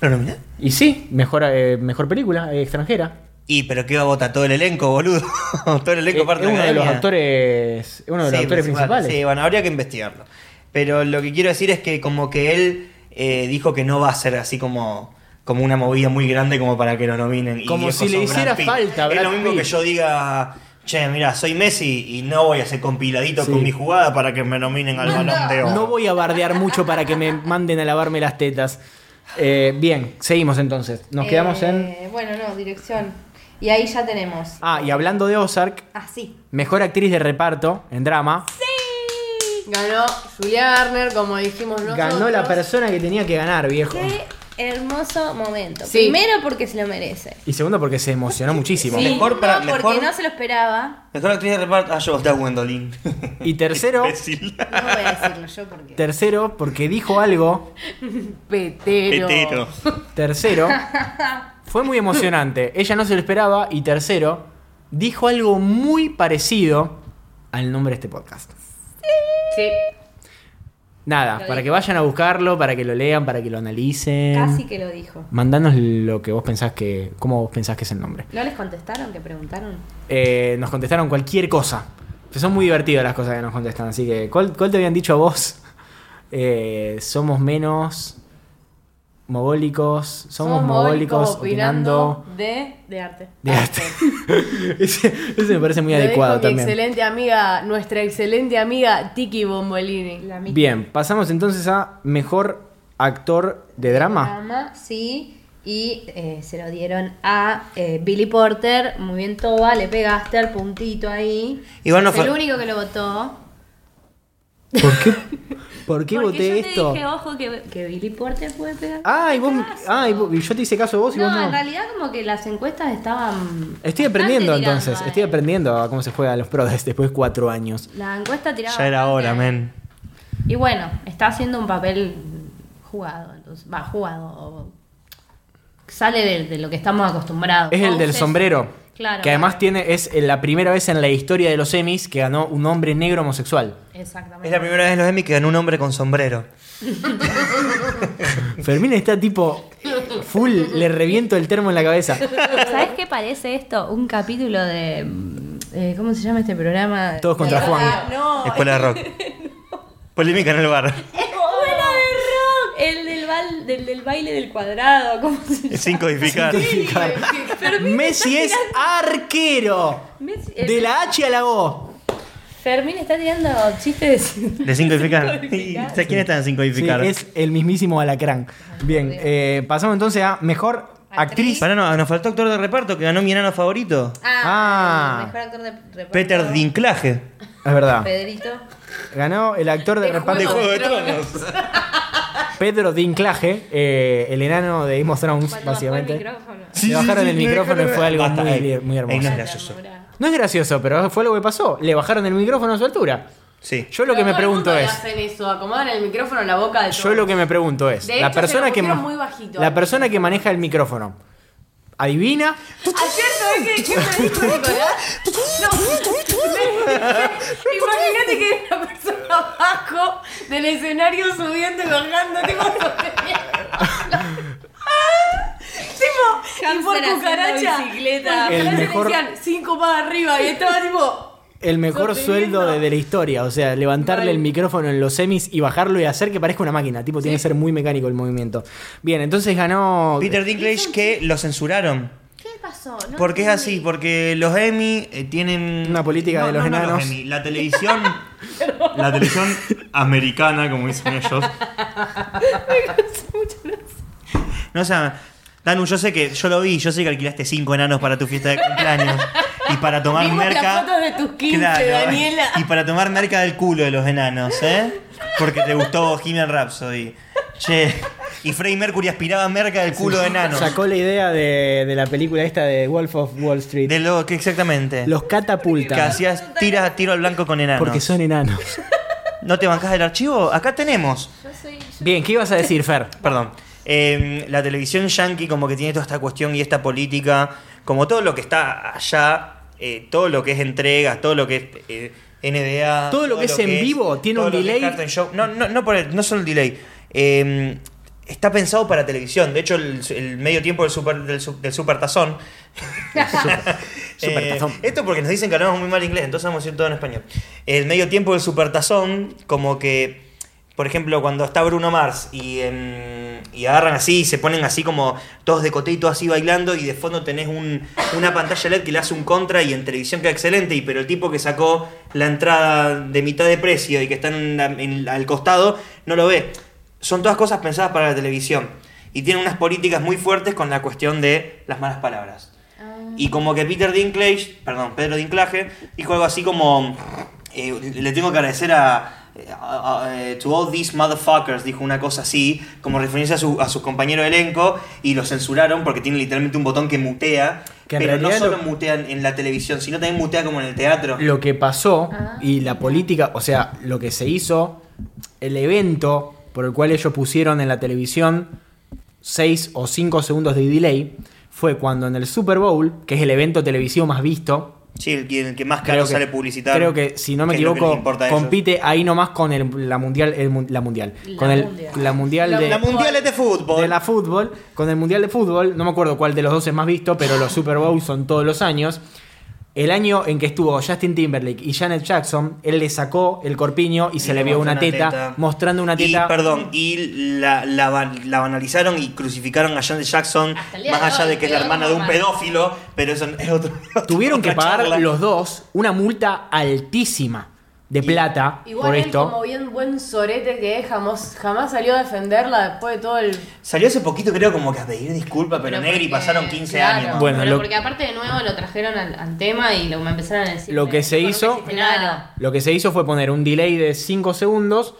E: ¿Lo nominé?
B: Y sí, mejor, eh, mejor película eh, extranjera.
E: Y pero qué va a votar todo el elenco, boludo. todo el elenco
B: Eh,
E: parte
B: es uno
E: la
B: de los
E: academia.
B: actores, es uno de los
E: Sí,
B: actores
E: principal.
B: principales.
E: Sí, bueno, habría que investigarlo. Pero lo que quiero decir es que como que él eh, dijo que no va a ser así como, como una movida muy grande como para que lo nominen. Y
B: Como
E: viejo,
B: si le
E: sos Brad
B: hiciera
E: Pitt.
B: falta,
E: Es
B: Brad
E: lo mismo
B: Pitt.
E: que yo diga, che, mira, soy Messi y no voy a hacer compiladito
B: Sí.
E: con mi jugada para que me nominen al balón de oro.
B: No voy a bardear mucho para que me manden a lavarme las tetas. Eh, bien, seguimos entonces. Nos quedamos en.
C: Eh, Bueno, no, dirección. Y ahí ya tenemos.
B: Ah, y hablando de Ozark,
C: Así.
B: mejor actriz de reparto en drama.
D: Ganó Julia Garner, como dijimos nosotros.
B: Ganó la persona que tenía que ganar, viejo.
C: Qué hermoso momento.
D: Sí.
C: Primero porque se lo merece.
B: Y segundo, porque se emocionó muchísimo.
E: Sí. Mejor para-
C: Segundo, porque
E: mejor-
C: no se lo esperaba.
E: Mejor actriz de reparto. Ah, yo voté a Gwendolyn.
B: Y tercero,
E: Imbécil.
C: No voy a decirlo yo porque.
B: tercero, porque dijo algo.
D: Petero.
E: Petero.
B: Tercero, fue muy emocionante. Ella no se lo esperaba. Y tercero, dijo algo muy parecido al nombre de este podcast.
D: Sí.
B: Nada, para que vayan a buscarlo, para que lo lean, para que lo analicen.
C: Casi que lo dijo.
B: Mandanos lo que vos pensás que. ¿Cómo vos pensás que es el nombre?
C: ¿No les contestaron que preguntaron?
B: Eh, nos contestaron cualquier cosa. Son muy divertidas las cosas que nos contestan. Así que, ¿cuál, cuál te habían dicho a vos? Eh, somos menos. Mogólicos. Somos, mogólicos opinando.
D: de.
C: De arte.
B: de arte. ese, ese me parece muy
D: Lo dijo
B: adecuado
D: mi
B: también.
D: excelente amiga, nuestra excelente amiga Tiki Bombolini.
C: La mi-
B: Bien, pasamos entonces a mejor actor de drama.
C: Drama, sí. Y eh, se lo dieron a eh, Billy Porter. Muy bien, Toba. Le pegaste al puntito ahí.
E: Igual no
C: es
E: fue-
C: el único que lo votó.
B: ¿Por qué, ¿por qué
C: Porque
B: voté
C: yo
B: esto?
C: Te dije, ojo, que, que Billy Porter puede pegar.
B: Ah, y vos,
C: Caso.
B: ah, y vos- y yo te hice caso a vos y
C: no,
B: vos no.
C: en realidad como que las encuestas estaban...
B: Estoy
C: bastante
B: aprendiendo
C: tirando
B: entonces,
C: a-
B: estoy aprendiendo a cómo se juega a los prodes después de cuatro años.
C: La encuesta tiraba...
E: Ya era
C: bastante
E: hora,
C: a-
E: men.
C: Y bueno, está haciendo un papel jugado, entonces, va, jugado. Sale de, de lo que estamos acostumbrados.
B: Es el del
C: Entonces,
B: sombrero.
C: Ah, Claro.
B: Que además tiene, es la primera vez en la historia de los Emmys que ganó un hombre negro homosexual.
C: Exactamente.
E: Es la primera vez en los Emmy que ganó un hombre con sombrero.
B: Fermín está tipo full, le reviento el termo en la cabeza.
C: ¿Sabes qué parece esto? Un capítulo de... mm, eh, ¿Cómo se llama este programa?
B: Todos contra Juan.
D: No,
E: Escuela de rock. Polémica en el bar.
C: ¡Escuela de rock! El del, bal- del, del baile del cuadrado, ¿cómo se llama?
E: Sin codificar.
C: Fermín
B: Messi es arquero.
C: Messi-
B: De la H a la O.
C: Fermín está tirando chistes.
E: De sin codificar.
C: Sin
E: Sí,
C: codificar.
E: ¿Quién está en sin
B: Sí,
E: codificar?
B: es el mismísimo alacrán. Bien, eh, pasamos entonces a mejor actriz.
E: Pará, no, nos faltó actor de reparto que ganó mi enano favorito.
B: Ah.
C: el mejor actor de reparto.
E: Peter Dinklage.
B: Es verdad.
C: Pedrito.
B: Ganó el actor Ah, de reparto.
E: De Juego de Tronos.
B: Pedro Dinklaje, eh, el enano de Game of Thrones,
F: Cuando bajó el
B: básicamente.
F: micrófono.
E: Sí,
B: le bajaron
E: sí,
B: el
E: sí,
B: micrófono y
E: dejaron-
B: fue algo
E: Basta,
B: muy,
E: ahí.
B: bien- muy hermoso.
E: Ahí no es
F: La
E: gracioso.
F: enamorada.
B: No es gracioso, pero fue lo que pasó. Le bajaron el micrófono a su altura.
E: Sí.
B: Yo lo que
D: Pero
B: me
D: todo el
B: pregunto
D: mundo le
B: es.
D: Hacen eso, acomodan el micrófono en la boca de
B: Yo
D: todos.
B: lo que me pregunto es.
D: De
B: la
D: hecho, se
B: persona
D: lo
B: que
D: pusieron
B: ma-
D: muy bajito.
B: La persona que maneja el micrófono. ¿Adivina?
D: Ayer sabés que qué me dijo Nicolás. No. Imagínate que era una persona abajo del escenario subiendo y bajando, tipo Tipo, y por
F: Hamster haciendo
D: cucaracha.
F: bicicleta.
D: por cucaracha
B: El
D: le
B: mejor-
D: decían cinco para arriba y estaba tipo.
B: El mejor
D: Sosteniendo.
B: sueldo de, de la historia. O sea, levantarle
D: Mal.
B: el micrófono en los semis y bajarlo y hacer que parezca una máquina. Tipo, tiene que ser muy mecánico el movimiento. Bien, entonces ganó.
E: Peter Dinklage que lo censuraron.
F: ¿Qué pasó? No
E: Porque es así,
F: entendí.
E: porque los Emmy eh, tienen...
B: Una política de los enanos.
E: Emmy, la televisión... la televisión americana, como dicen ellos. no, o sea, Danu, yo sé que yo lo vi, yo sé que alquilaste cinco enanos para tu fiesta de cumpleaños. Y para tomar
D: Vimos las
E: merca...
D: fotos de tus 15, Daniela.
E: Y para tomar merca del culo de los enanos, ¿eh? Porque te gustó Bohemian Rhapsody. Che, y Freddie Mercury aspiraba merca del culo de enanos.
B: Sacó la idea de, de la película esta de Wolf of Wall Street.
E: De lo que exactamente.
B: Los
E: que
B: catapultas.
E: hacías tiras a tiro al blanco con enanos.
B: Porque son enanos.
E: ¿No te bancás del archivo? Acá tenemos.
F: Yo soy. yo-
B: Bien, ¿qué ibas a decir, Fer?
E: Perdón. Eh, la televisión yankee como que tiene toda esta cuestión y esta política. Como todo lo que está allá, eh, todo lo que es entregas, todo lo que es eh, NBA.
B: Todo lo que es en vivo tiene
E: todo
B: un
E: lo que es
B: delay.
E: cartoon show. No, no, no, por el- no solo el delay. Eh, está pensado para televisión. De hecho, el, el medio tiempo del super, del, su- del super tazón
B: Supertazón.
E: Eh, esto porque nos dicen que hablamos muy mal inglés, entonces vamos a decir todo en español. El medio tiempo del supertazón, como que, por ejemplo, cuando está Bruno Mars y, em, y agarran así y se ponen así como todos de coté y todos así bailando y de fondo tenés un- una pantalla LED que le hace un contra y en televisión queda excelente, y pero el tipo que sacó la entrada de mitad de precio y que está en la- en- al costado no lo ve. Son todas cosas pensadas para la televisión. Y tienen unas políticas muy fuertes con la cuestión de las malas palabras. Y como que Peter Dinklage, perdón, Pedro Dinklage, dijo algo así como, eh, le tengo que agradecer a, a- a- eh, to all these motherfuckers, dijo una cosa así, como referencia a su, a sus compañeros de elenco, y lo censuraron porque tiene literalmente un botón que mutea,
B: Que en
E: pero no
B: realidad
E: solo
B: lo-
E: mutea en la televisión, sino también mutea como en el teatro.
B: Lo que pasó y la política, o sea, lo que se hizo, el evento por el cual ellos pusieron en la televisión 6 o 5 segundos de delay, fue cuando en el Super Bowl, que es el evento televisivo más visto,
E: Sí, el que, el que más caro sale
B: creo
E: publicitario.
B: que, si no me
E: que es lo que les
B: equivoco,
E: importa a ellos.
B: compite ahí nomás con el- la mundial, el mu- la mundial, con el, la mundial de,
E: La mundial es de fútbol.
B: de la fútbol, con el Mundial de Fútbol, no me acuerdo cuál de los dos es más visto, pero los Super Bowl son todos los años. El año en que estuvo Justin Timberlake y Janet Jackson, él le sacó el corpiño y, se le vio
E: mostró
B: una teta, mostrando una teta.
E: Y, perdón, y la, la ban- la banalizaron y crucificaron a Janet Jackson,
F: Hasta el día
E: más
F: de
E: allá
F: hoy,
E: de que es la
F: peor
E: hermana de un
F: mamá.
E: pedófilo, pero eso es otro.
B: Tuvieron que
E: otra
B: pagar
E: charla.
B: los dos una multa altísima de plata
D: Igual
B: por
D: él,
B: esto.
D: como bien buen sorete que es, jamás, jamás salió a defenderla después de todo el.
E: Salió hace poquito, creo, como que a pedir disculpas, pero,
F: Pero
E: Negri
F: porque-
E: pasaron 15
F: claro,
E: años.
B: Bueno,
F: pero
B: lo-
F: porque aparte de nuevo lo trajeron al, al tema y lo me empezaron a decir.
B: Lo que se
F: "Vos no
B: hizo-
F: hiciste nada".
B: Lo que se hizo fue poner un delay de 5 segundos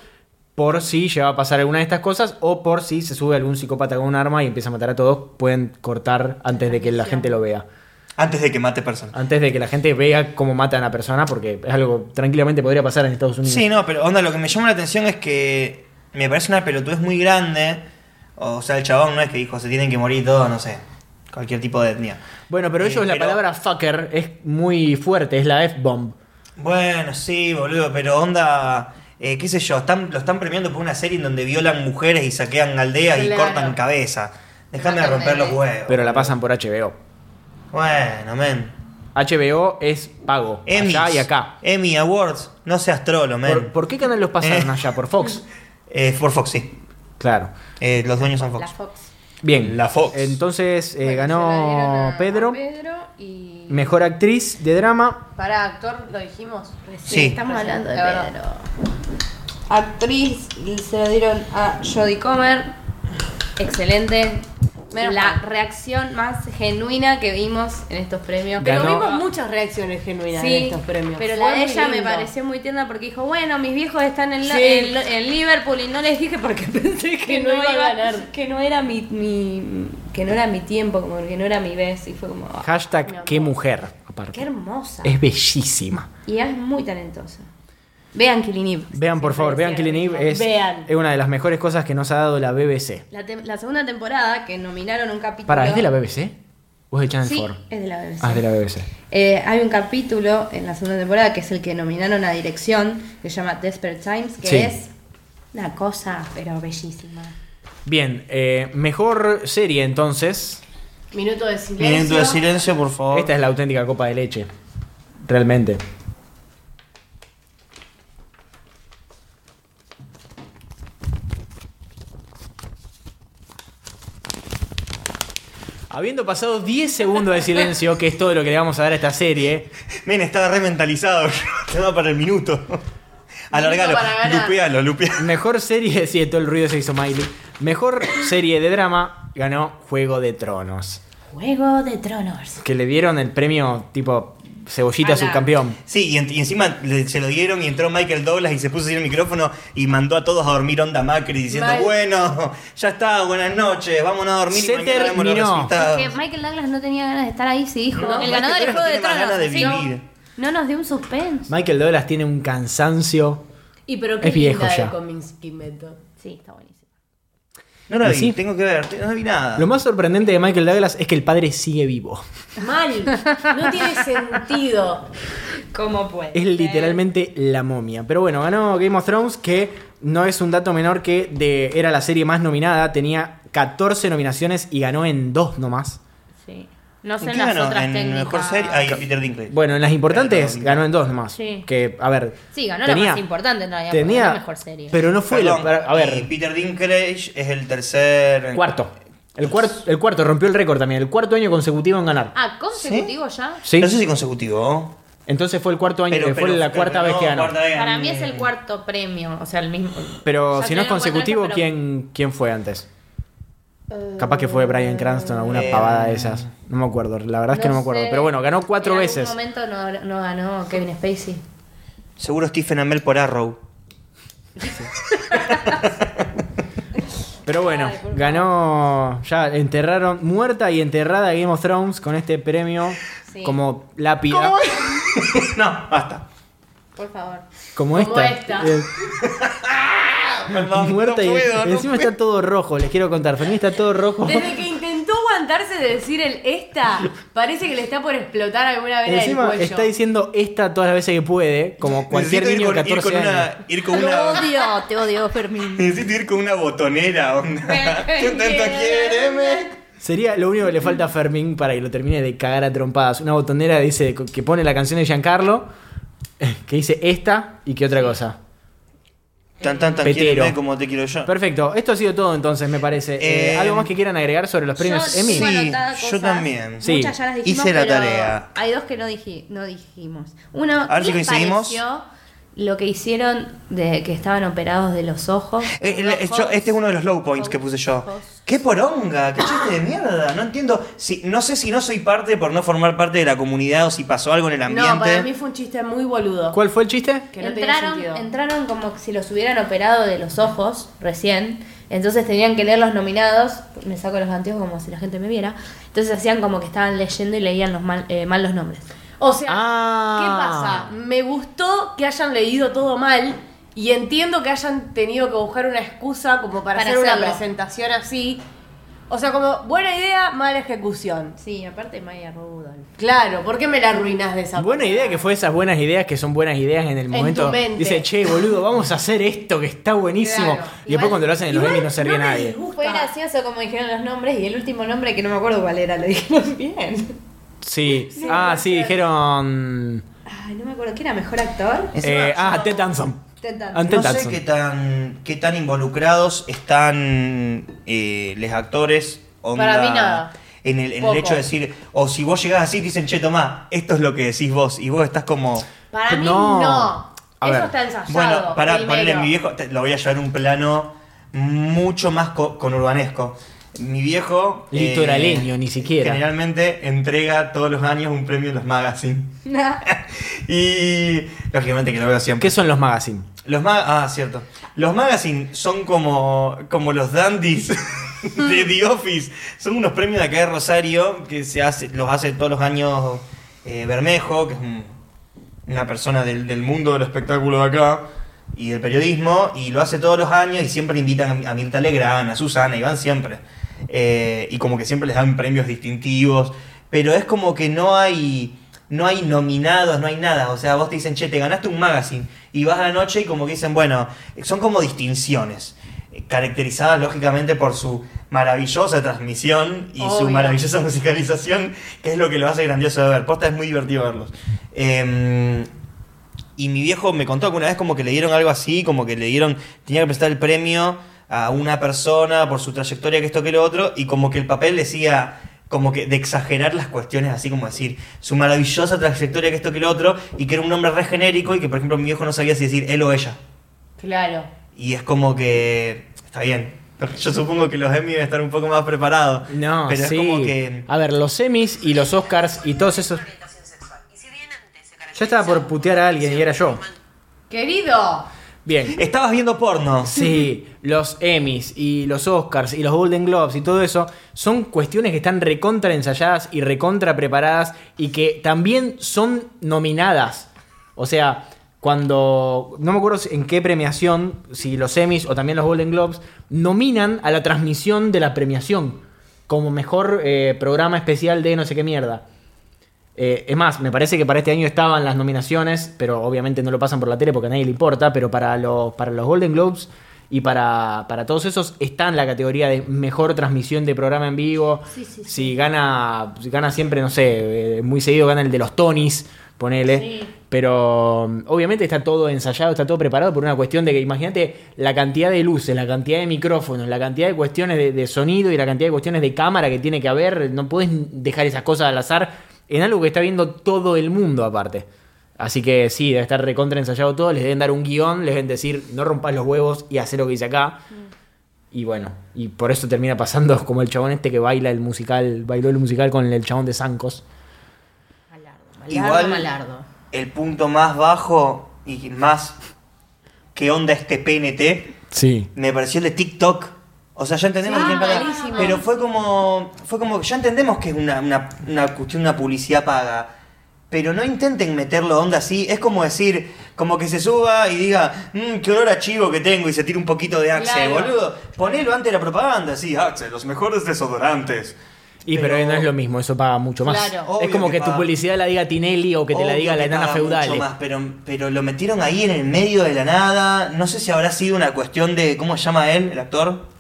B: por si lleva a pasar alguna de estas cosas o por si se sube algún psicópata con un arma y empieza a matar a todos, pueden cortar antes de que la gente lo vea.
E: Antes de que mate personas.
B: Antes de que la gente vea cómo matan a personas, porque es algo tranquilamente podría pasar en Estados Unidos.
E: Sí, no, pero onda, lo que me llama la atención es que me parece una pelotudez muy grande. O sea, el chabón no es que dijo, se tienen que morir todos, no sé. Cualquier tipo de etnia.
B: Bueno, pero
E: Eh,
B: ellos la
E: pero-
B: palabra fucker es muy fuerte, es la F-bomb.
E: Bueno, sí, boludo, pero onda, eh, qué sé yo, están, lo están premiando por una serie en donde violan mujeres y saquean aldeas y
D: Claro.
E: cortan cabeza. Déjame
F: Matan
E: romper los
F: bebés.
E: huevos.
B: Pero la pasan por HBO.
E: Bueno, men.
B: HBO es pago,
E: Emmy.
B: allá y acá.
E: Emmy Awards, no seas trolo, men.
B: ¿Por, por qué canal los pasaron
E: Eh.
B: allá? ¿Por Fox?
E: Eh, por Fox, sí.
B: Claro.
E: Eh, los dueños son
F: La
E: Fox.
F: Fox.
B: Bien.
E: La Fox.
B: Entonces eh,
F: Bueno, se la dieron
B: ganó
F: a-
B: Pedro,
F: a Pedro y.
B: mejor actriz de drama.
D: Para actor, lo dijimos. recién.
E: Sí.
F: Estamos hablando de
D: La verdad.
F: Pedro.
C: Actriz se la dieron a Jodie Comer. Excelente.
D: Menos
F: la
D: mal.
F: reacción más genuina que vimos en estos premios.
B: Ganó-
D: Pero vimos muchas reacciones genuinas en estos premios.
F: Pero
D: Fue
F: la de
D: muy
F: ella me
D: lindo.
F: pareció muy tierna porque dijo, bueno, mis viejos están en, la-
D: Sí.
F: en, en Liverpool y no les dije porque pensé que,
D: Que
F: no,
D: no
F: iba,
D: iba a ganar.
F: que no era mi, mi- que no era mi tiempo, como que no era mi vez. Y fue como, ah, mi
B: Hashtag
F: amor.
B: qué mujer, aparte.
F: Qué hermosa.
B: Es bellísima.
F: Y es muy talentosa. Vean Killing Eve.
B: Vean, por
F: Siempre
B: favor, vean
F: decía
B: Killing
F: lo mismo.
B: Eve. Es,
D: Vean.
B: es una de las mejores cosas que nos ha dado la BBC.
F: La, tem- la segunda temporada, que nominaron un capítulo...
B: Para, ¿es de la BBC? ¿O es de Channel
F: Sí,
B: 4?
F: es de la BBC.
B: Ah, es de la BBC.
F: Eh, hay un capítulo en la segunda temporada que es el que nominaron a dirección, que se llama Desperate Times, que
B: Sí.
F: es una cosa, pero bellísima.
B: Bien, eh, mejor serie entonces.
D: Minuto de silencio.
E: Minuto de silencio, por
F: Oh.
E: favor.
B: Esta es la auténtica copa de leche. Realmente. Habiendo pasado 10 segundos de silencio, que es todo lo que le vamos a dar a esta serie,
E: Men, estaba re mentalizado. Te va para el minuto. Alargalo.
D: para ganar.
E: Lupealo, lupealo.
B: mejor serie, sí, todo el ruido se hizo Miley, mejor serie de drama ganó Juego de Tronos,
F: Juego de Tronos.
B: que le dieron el premio tipo cebollita
F: A la-
B: subcampeón.
E: Sí, y, en- y encima le- se lo dieron y entró Michael Douglas y se puso sin el micrófono y mandó a todos a dormir onda Macri diciendo,
D: Mal.
E: bueno, ya está, buenas noches, vámonos a dormir
B: Se
E: y mañana vemos los
B: terminó.
E: resultados.
F: Que Michael Douglas no tenía ganas de estar ahí, sí, dijo.
E: No,
F: el
E: Michael
F: ganador del
E: Douglas
F: Juego de
E: tiene más
F: Tronos.
E: ganas de
F: ¿sí?
E: vivir.
F: No nos dio un suspenso.
B: Michael Douglas tiene un cansancio.
D: Y pero qué
B: Es viejo
D: linda
B: ya.
D: de Kominsky Meto.
F: Sí, está buenísimo.
E: No la
B: ¿Y
E: vi,
B: sí?
E: tengo que ver, te- no vi nada.
B: Lo más sorprendente de Michael Douglas es que el padre sigue vivo.
D: Mal. No tiene sentido.
F: ¿Cómo puede?
B: Es literalmente la momia. Pero bueno, ganó Game of Thrones, que no es un dato menor que de, era la serie más nominada. Tenía 14 nominaciones y ganó en dos nomás.
F: Sí. No
E: ¿En
F: sé
E: qué
F: las
E: ganó?
F: otras
E: ¿En
F: técnicas.
E: mejor serie? Ay, Peter Dinklage.
B: Bueno, en las importantes
E: Perdón.
B: ganó en dos nomás.
F: Sí.
B: Que, a ver.
F: Sí, ganó la
B: tenía-
F: más importante en realidad. porque
B: Tenía.
F: era la mejor serie.
B: Pero no fue.
E: Perdón,
B: lo- para- a
E: y
B: ver,
E: Peter Dinklage es el tercer...
B: cuarto. El, cuarto el cuarto rompió el récord también. El cuarto año consecutivo en ganar.
F: Ah, consecutivo ya.
B: ¿Sí?
E: No sé si consecutivo.
B: Entonces fue el cuarto año.
E: Pero,
B: eh, fue
E: pero-
B: la
E: pero
B: cuarta
E: no,
B: vez que ganó.
E: cuarta vez.
F: Para mí es
B: Eh.
F: el cuarto premio, o sea, el mismo.
B: Pero
F: Ya
B: si no es
F: tenemos cuatro
B: consecutivo,
F: veces, pero- Eh,
B: ¿quién, ¿quién fue antes? Capaz que fue Brian Cranston, alguna
E: Eh,
B: pavada de esas. No me acuerdo, la verdad es que no me acuerdo.
F: sé.
B: Pero bueno, ganó cuatro
F: en
B: veces.
F: En algún momento no, no ganó Kevin Spacey.
E: Seguro Stephen Amell por Arrow.
B: Pero bueno, ganó. Ya enterraron, muerta y enterrada Game of Thrones con este premio
F: Sí.
B: como lápida.
E: no, basta.
F: Por favor.
B: Como esta. Eh,
E: Perdón,
B: muerta y
E: no puedo, no
B: encima está todo rojo, les quiero contar. Fermín está todo rojo.
D: Desde que intentó aguantarse de decir el esta, parece que le está por explotar alguna vena del
B: Encima
D: cuello.
B: está diciendo esta todas las veces que puede, como cualquier
E: Necesito
B: niño de
E: ir con,
B: 14
E: ir con
B: años.
E: una, ir con una-
F: odio, te odio, Fermín.
E: Necesito ir con una botonera, onda. ¿Qué tanto quiere, me?
B: Sería lo único que le falta a Fermín para que lo termine de cagar a trompadas. Una botonera dice que pone la canción de Giancarlo, eh, que dice esta y que otra cosa.
E: Tan, tan, tan
B: Petero.
E: quiéreme como te quiero yo.
B: Perfecto, esto ha sido todo entonces, me parece. Eh,
E: Eh,
B: ¿Algo más que quieran agregar sobre los premios
F: Yo
B: Emmy?
F: tengo
E: Sí,
F: anotada
E: yo
F: cosas.
E: también.
B: Sí.
F: Muchas ya las dijimos,
E: Hice la
F: pero
E: tarea.
F: Hay dos que no, diji- no dijimos. Uno,
B: Ah,
E: A ver si
F: ¿qué les
E: coincidimos?
F: pareció Lo que hicieron de que estaban operados de los ojos.
E: Eh, el-
F: Los
E: el- yo-
F: ojos.
E: este es uno de los low points que puse yo. ¡Qué poronga! ¡Qué chiste de mierda! No entiendo. Si, no sé si no soy parte por no formar parte de la comunidad o si pasó algo en el ambiente.
D: No, para mí fue un chiste muy boludo.
B: ¿Cuál fue el chiste?
D: Que no tenía
F: entraron,
D: sentido.
F: entraron como si los hubieran operado de los ojos recién. Entonces tenían que leer los nominados. Me saco los anteojos como si la gente me viera. Entonces hacían como que estaban leyendo y leían los mal, eh, mal los nombres.
D: O sea,
B: Ah.
D: ¿qué pasa? Me gustó que hayan leído todo mal y entiendo que hayan tenido que buscar una excusa como para,
F: Para
D: hacer una
F: hacerlo.
D: presentación así. O sea, como buena idea, mala ejecución.
F: Sí, aparte Maya Rudolph.
D: Claro, ¿por qué me la arruinás de esa
B: Ah, Buena idea que fue esas buenas ideas que son buenas ideas en el momento.
D: tu mente.
B: Dice, che, boludo, vamos a hacer esto que está buenísimo.
F: Claro.
B: Y después
F: Igual-
B: cuando lo hacen en los
D: igual
B: Emmy no se ríe
D: no me
B: nadie.
D: disgusta.
F: Fue gracioso como dijeron los nombres y el último nombre que no me acuerdo cuál era, lo dijeron bien.
B: Sí. Ah, sí, dijeron.
F: Ay, no me acuerdo. ¿Quién era mejor actor?
E: Encima,
B: eh,
E: yo
B: ah,
E: no-
B: Ted Danson.
F: Ted Danson.
B: Ante
E: No sé
B: Danson.
E: qué tan, qué tan involucrados están eh, los actores. onda,
D: Para mí nada.
E: En el, en el
D: Poco.
E: hecho de decir, o si vos llegás así, dicen, che, tomá, esto es lo que decís vos. Y vos estás como,
D: Para mí
B: No.
D: no.
B: A
D: Eso
B: ver.
D: está ensayado.
E: bueno, para
D: primero.
E: ponerle mi viejo, te- lo voy a llevar a un plano mucho más co- conurbanesco. Mi viejo. eh,
B: Litoraleño, ni siquiera.
E: Generalmente entrega todos los años un premio en los magazines. y. Lógicamente que lo veo siempre.
B: ¿Qué son los magazines?
E: Los ma- ah, cierto. Los magazines son como, como los dandies de The Office. Son unos premios de acá de Rosario que se hace, los hace todos los años eh, Bermejo, que es un- una persona del, del mundo del espectáculo de acá y del periodismo, y lo hace todos los años y siempre invitan a, a Mirta Legrand, a Susana, y van siempre. Eh, y como que siempre les dan premios distintivos, pero es como que no hay no hay nominados, no hay nada. O sea, vos te dicen, che, te ganaste un magazine y vas a la noche y como que dicen, bueno, son como distinciones, eh, caracterizadas lógicamente por su maravillosa transmisión y su
D: Obvio.
E: maravillosa musicalización, que es lo que lo hace grandioso de ver. Posta es muy divertido verlos. Em, y mi viejo me contó que una vez como que le dieron algo así, como que le dieron, tenía que prestar el premio a una persona por su trayectoria, que esto, que lo otro, y como que el papel decía como que de exagerar las cuestiones, así como decir, su maravillosa trayectoria, que esto, que lo otro, y que era un nombre re genérico y que por ejemplo mi viejo no sabía si decir él o ella.
D: Claro.
E: Y es como que, está bien, pero yo supongo que los Emmy deben estar un poco más preparados.
B: No,
E: pero
B: sí.
E: es como que...
B: A ver, los Emmys y los Oscars y todos esos. Ya estaba por putear a alguien y era yo.
D: Querido.
B: Bien.
E: Estabas viendo porno.
B: Sí, los Emmys y los Oscars y los Golden Globes y todo eso son cuestiones que están recontra ensayadas y recontra preparadas y que también son nominadas. O sea, cuando. No me acuerdo si- en qué premiación, si los Emmys o también los Golden Globes, nominan a la transmisión de la premiación como mejor eh, programa especial de no sé qué mierda. Eh, es más, me parece que para este año estaban las nominaciones, pero obviamente no lo pasan por la tele porque a nadie le importa, pero para, los para los Golden Globes y para, para todos esos está en la categoría de mejor transmisión de programa en vivo. Si gana, si gana siempre, no sé, eh, muy seguido gana el de los Tonys, ponele. Pero mm, obviamente está todo ensayado, está todo preparado por una cuestión de que imagínate la cantidad de luces, la cantidad de micrófonos, la cantidad de cuestiones de, de sonido y la cantidad de cuestiones de cámara que tiene que haber. No puedes dejar esas cosas al azar en algo que está viendo todo el mundo aparte. Así que sí, debe estar recontra ensayado todo, les deben dar un guión, les deben decir no rompas los huevos y hacé lo que dice acá.
D: Mm.
B: Y bueno, y por eso termina pasando como el chabón este que baila el musical, bailó el musical con el chabón de Zancos.
E: Malardo, Igual-
F: malardo.
E: el punto más bajo y más que onda este PNT
B: Sí.
E: me pareció el de TikTok. O sea, ya entendemos
D: Sí,
E: que tiene plata,
D: malísimo.
E: Pero fue como. Fue como que ya entendemos que es una, una, una cuestión, una publicidad paga. Pero no intenten meterlo onda así. Es como decir, como que se suba y diga, mmm, qué olor a chivo que tengo y se tira un poquito de Axe,
D: Claro.
E: boludo. Ponelo ante la propaganda, sí, Axe, los mejores desodorantes.
B: Y pero,
E: Pero-
B: no es lo mismo, eso paga mucho más.
D: Claro.
B: es
E: Obvio
B: como
E: que
B: que, tu
E: paga.
B: publicidad la diga Tinelli o que te la
E: Obvio
B: diga la
E: que
B: enana
E: paga
B: feudal.
E: mucho más, pero, pero lo metieron ahí en el medio de la nada. No sé si habrá sido una cuestión de. ¿Cómo se llama él, el actor?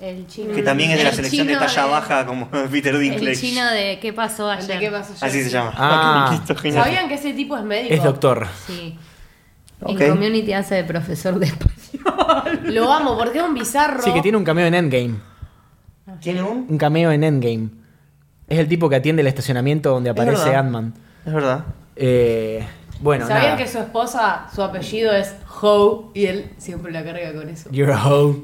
F: El chino.
E: Que también es de la
F: El
E: selección de
F: chino
E: talla
F: de-
E: baja, como Peter
F: El
E: Dinklage.
F: chino de qué pasó ayer.
D: ¿De qué pasó yo?
E: Así se llama.
B: Ah.
E: Qué lindo, genial.
D: ¿Sabían que ese tipo es médico?
B: Es doctor.
F: Sí.
E: Ok.
F: En community hace de profesor de español.
D: Lo amo porque es un bizarro.
B: Sí, que tiene un cameo en Endgame.
E: ¿Tiene un?
B: Un cameo en Endgame. Es el tipo que atiende el estacionamiento donde aparece
E: verdad.
B: Ant-Man.
E: Es verdad.
B: Eh, bueno,
D: ¿Sabían
B: nada.
D: que su esposa, su apellido es Ho y él siempre la carga con eso?
B: You're a hoe.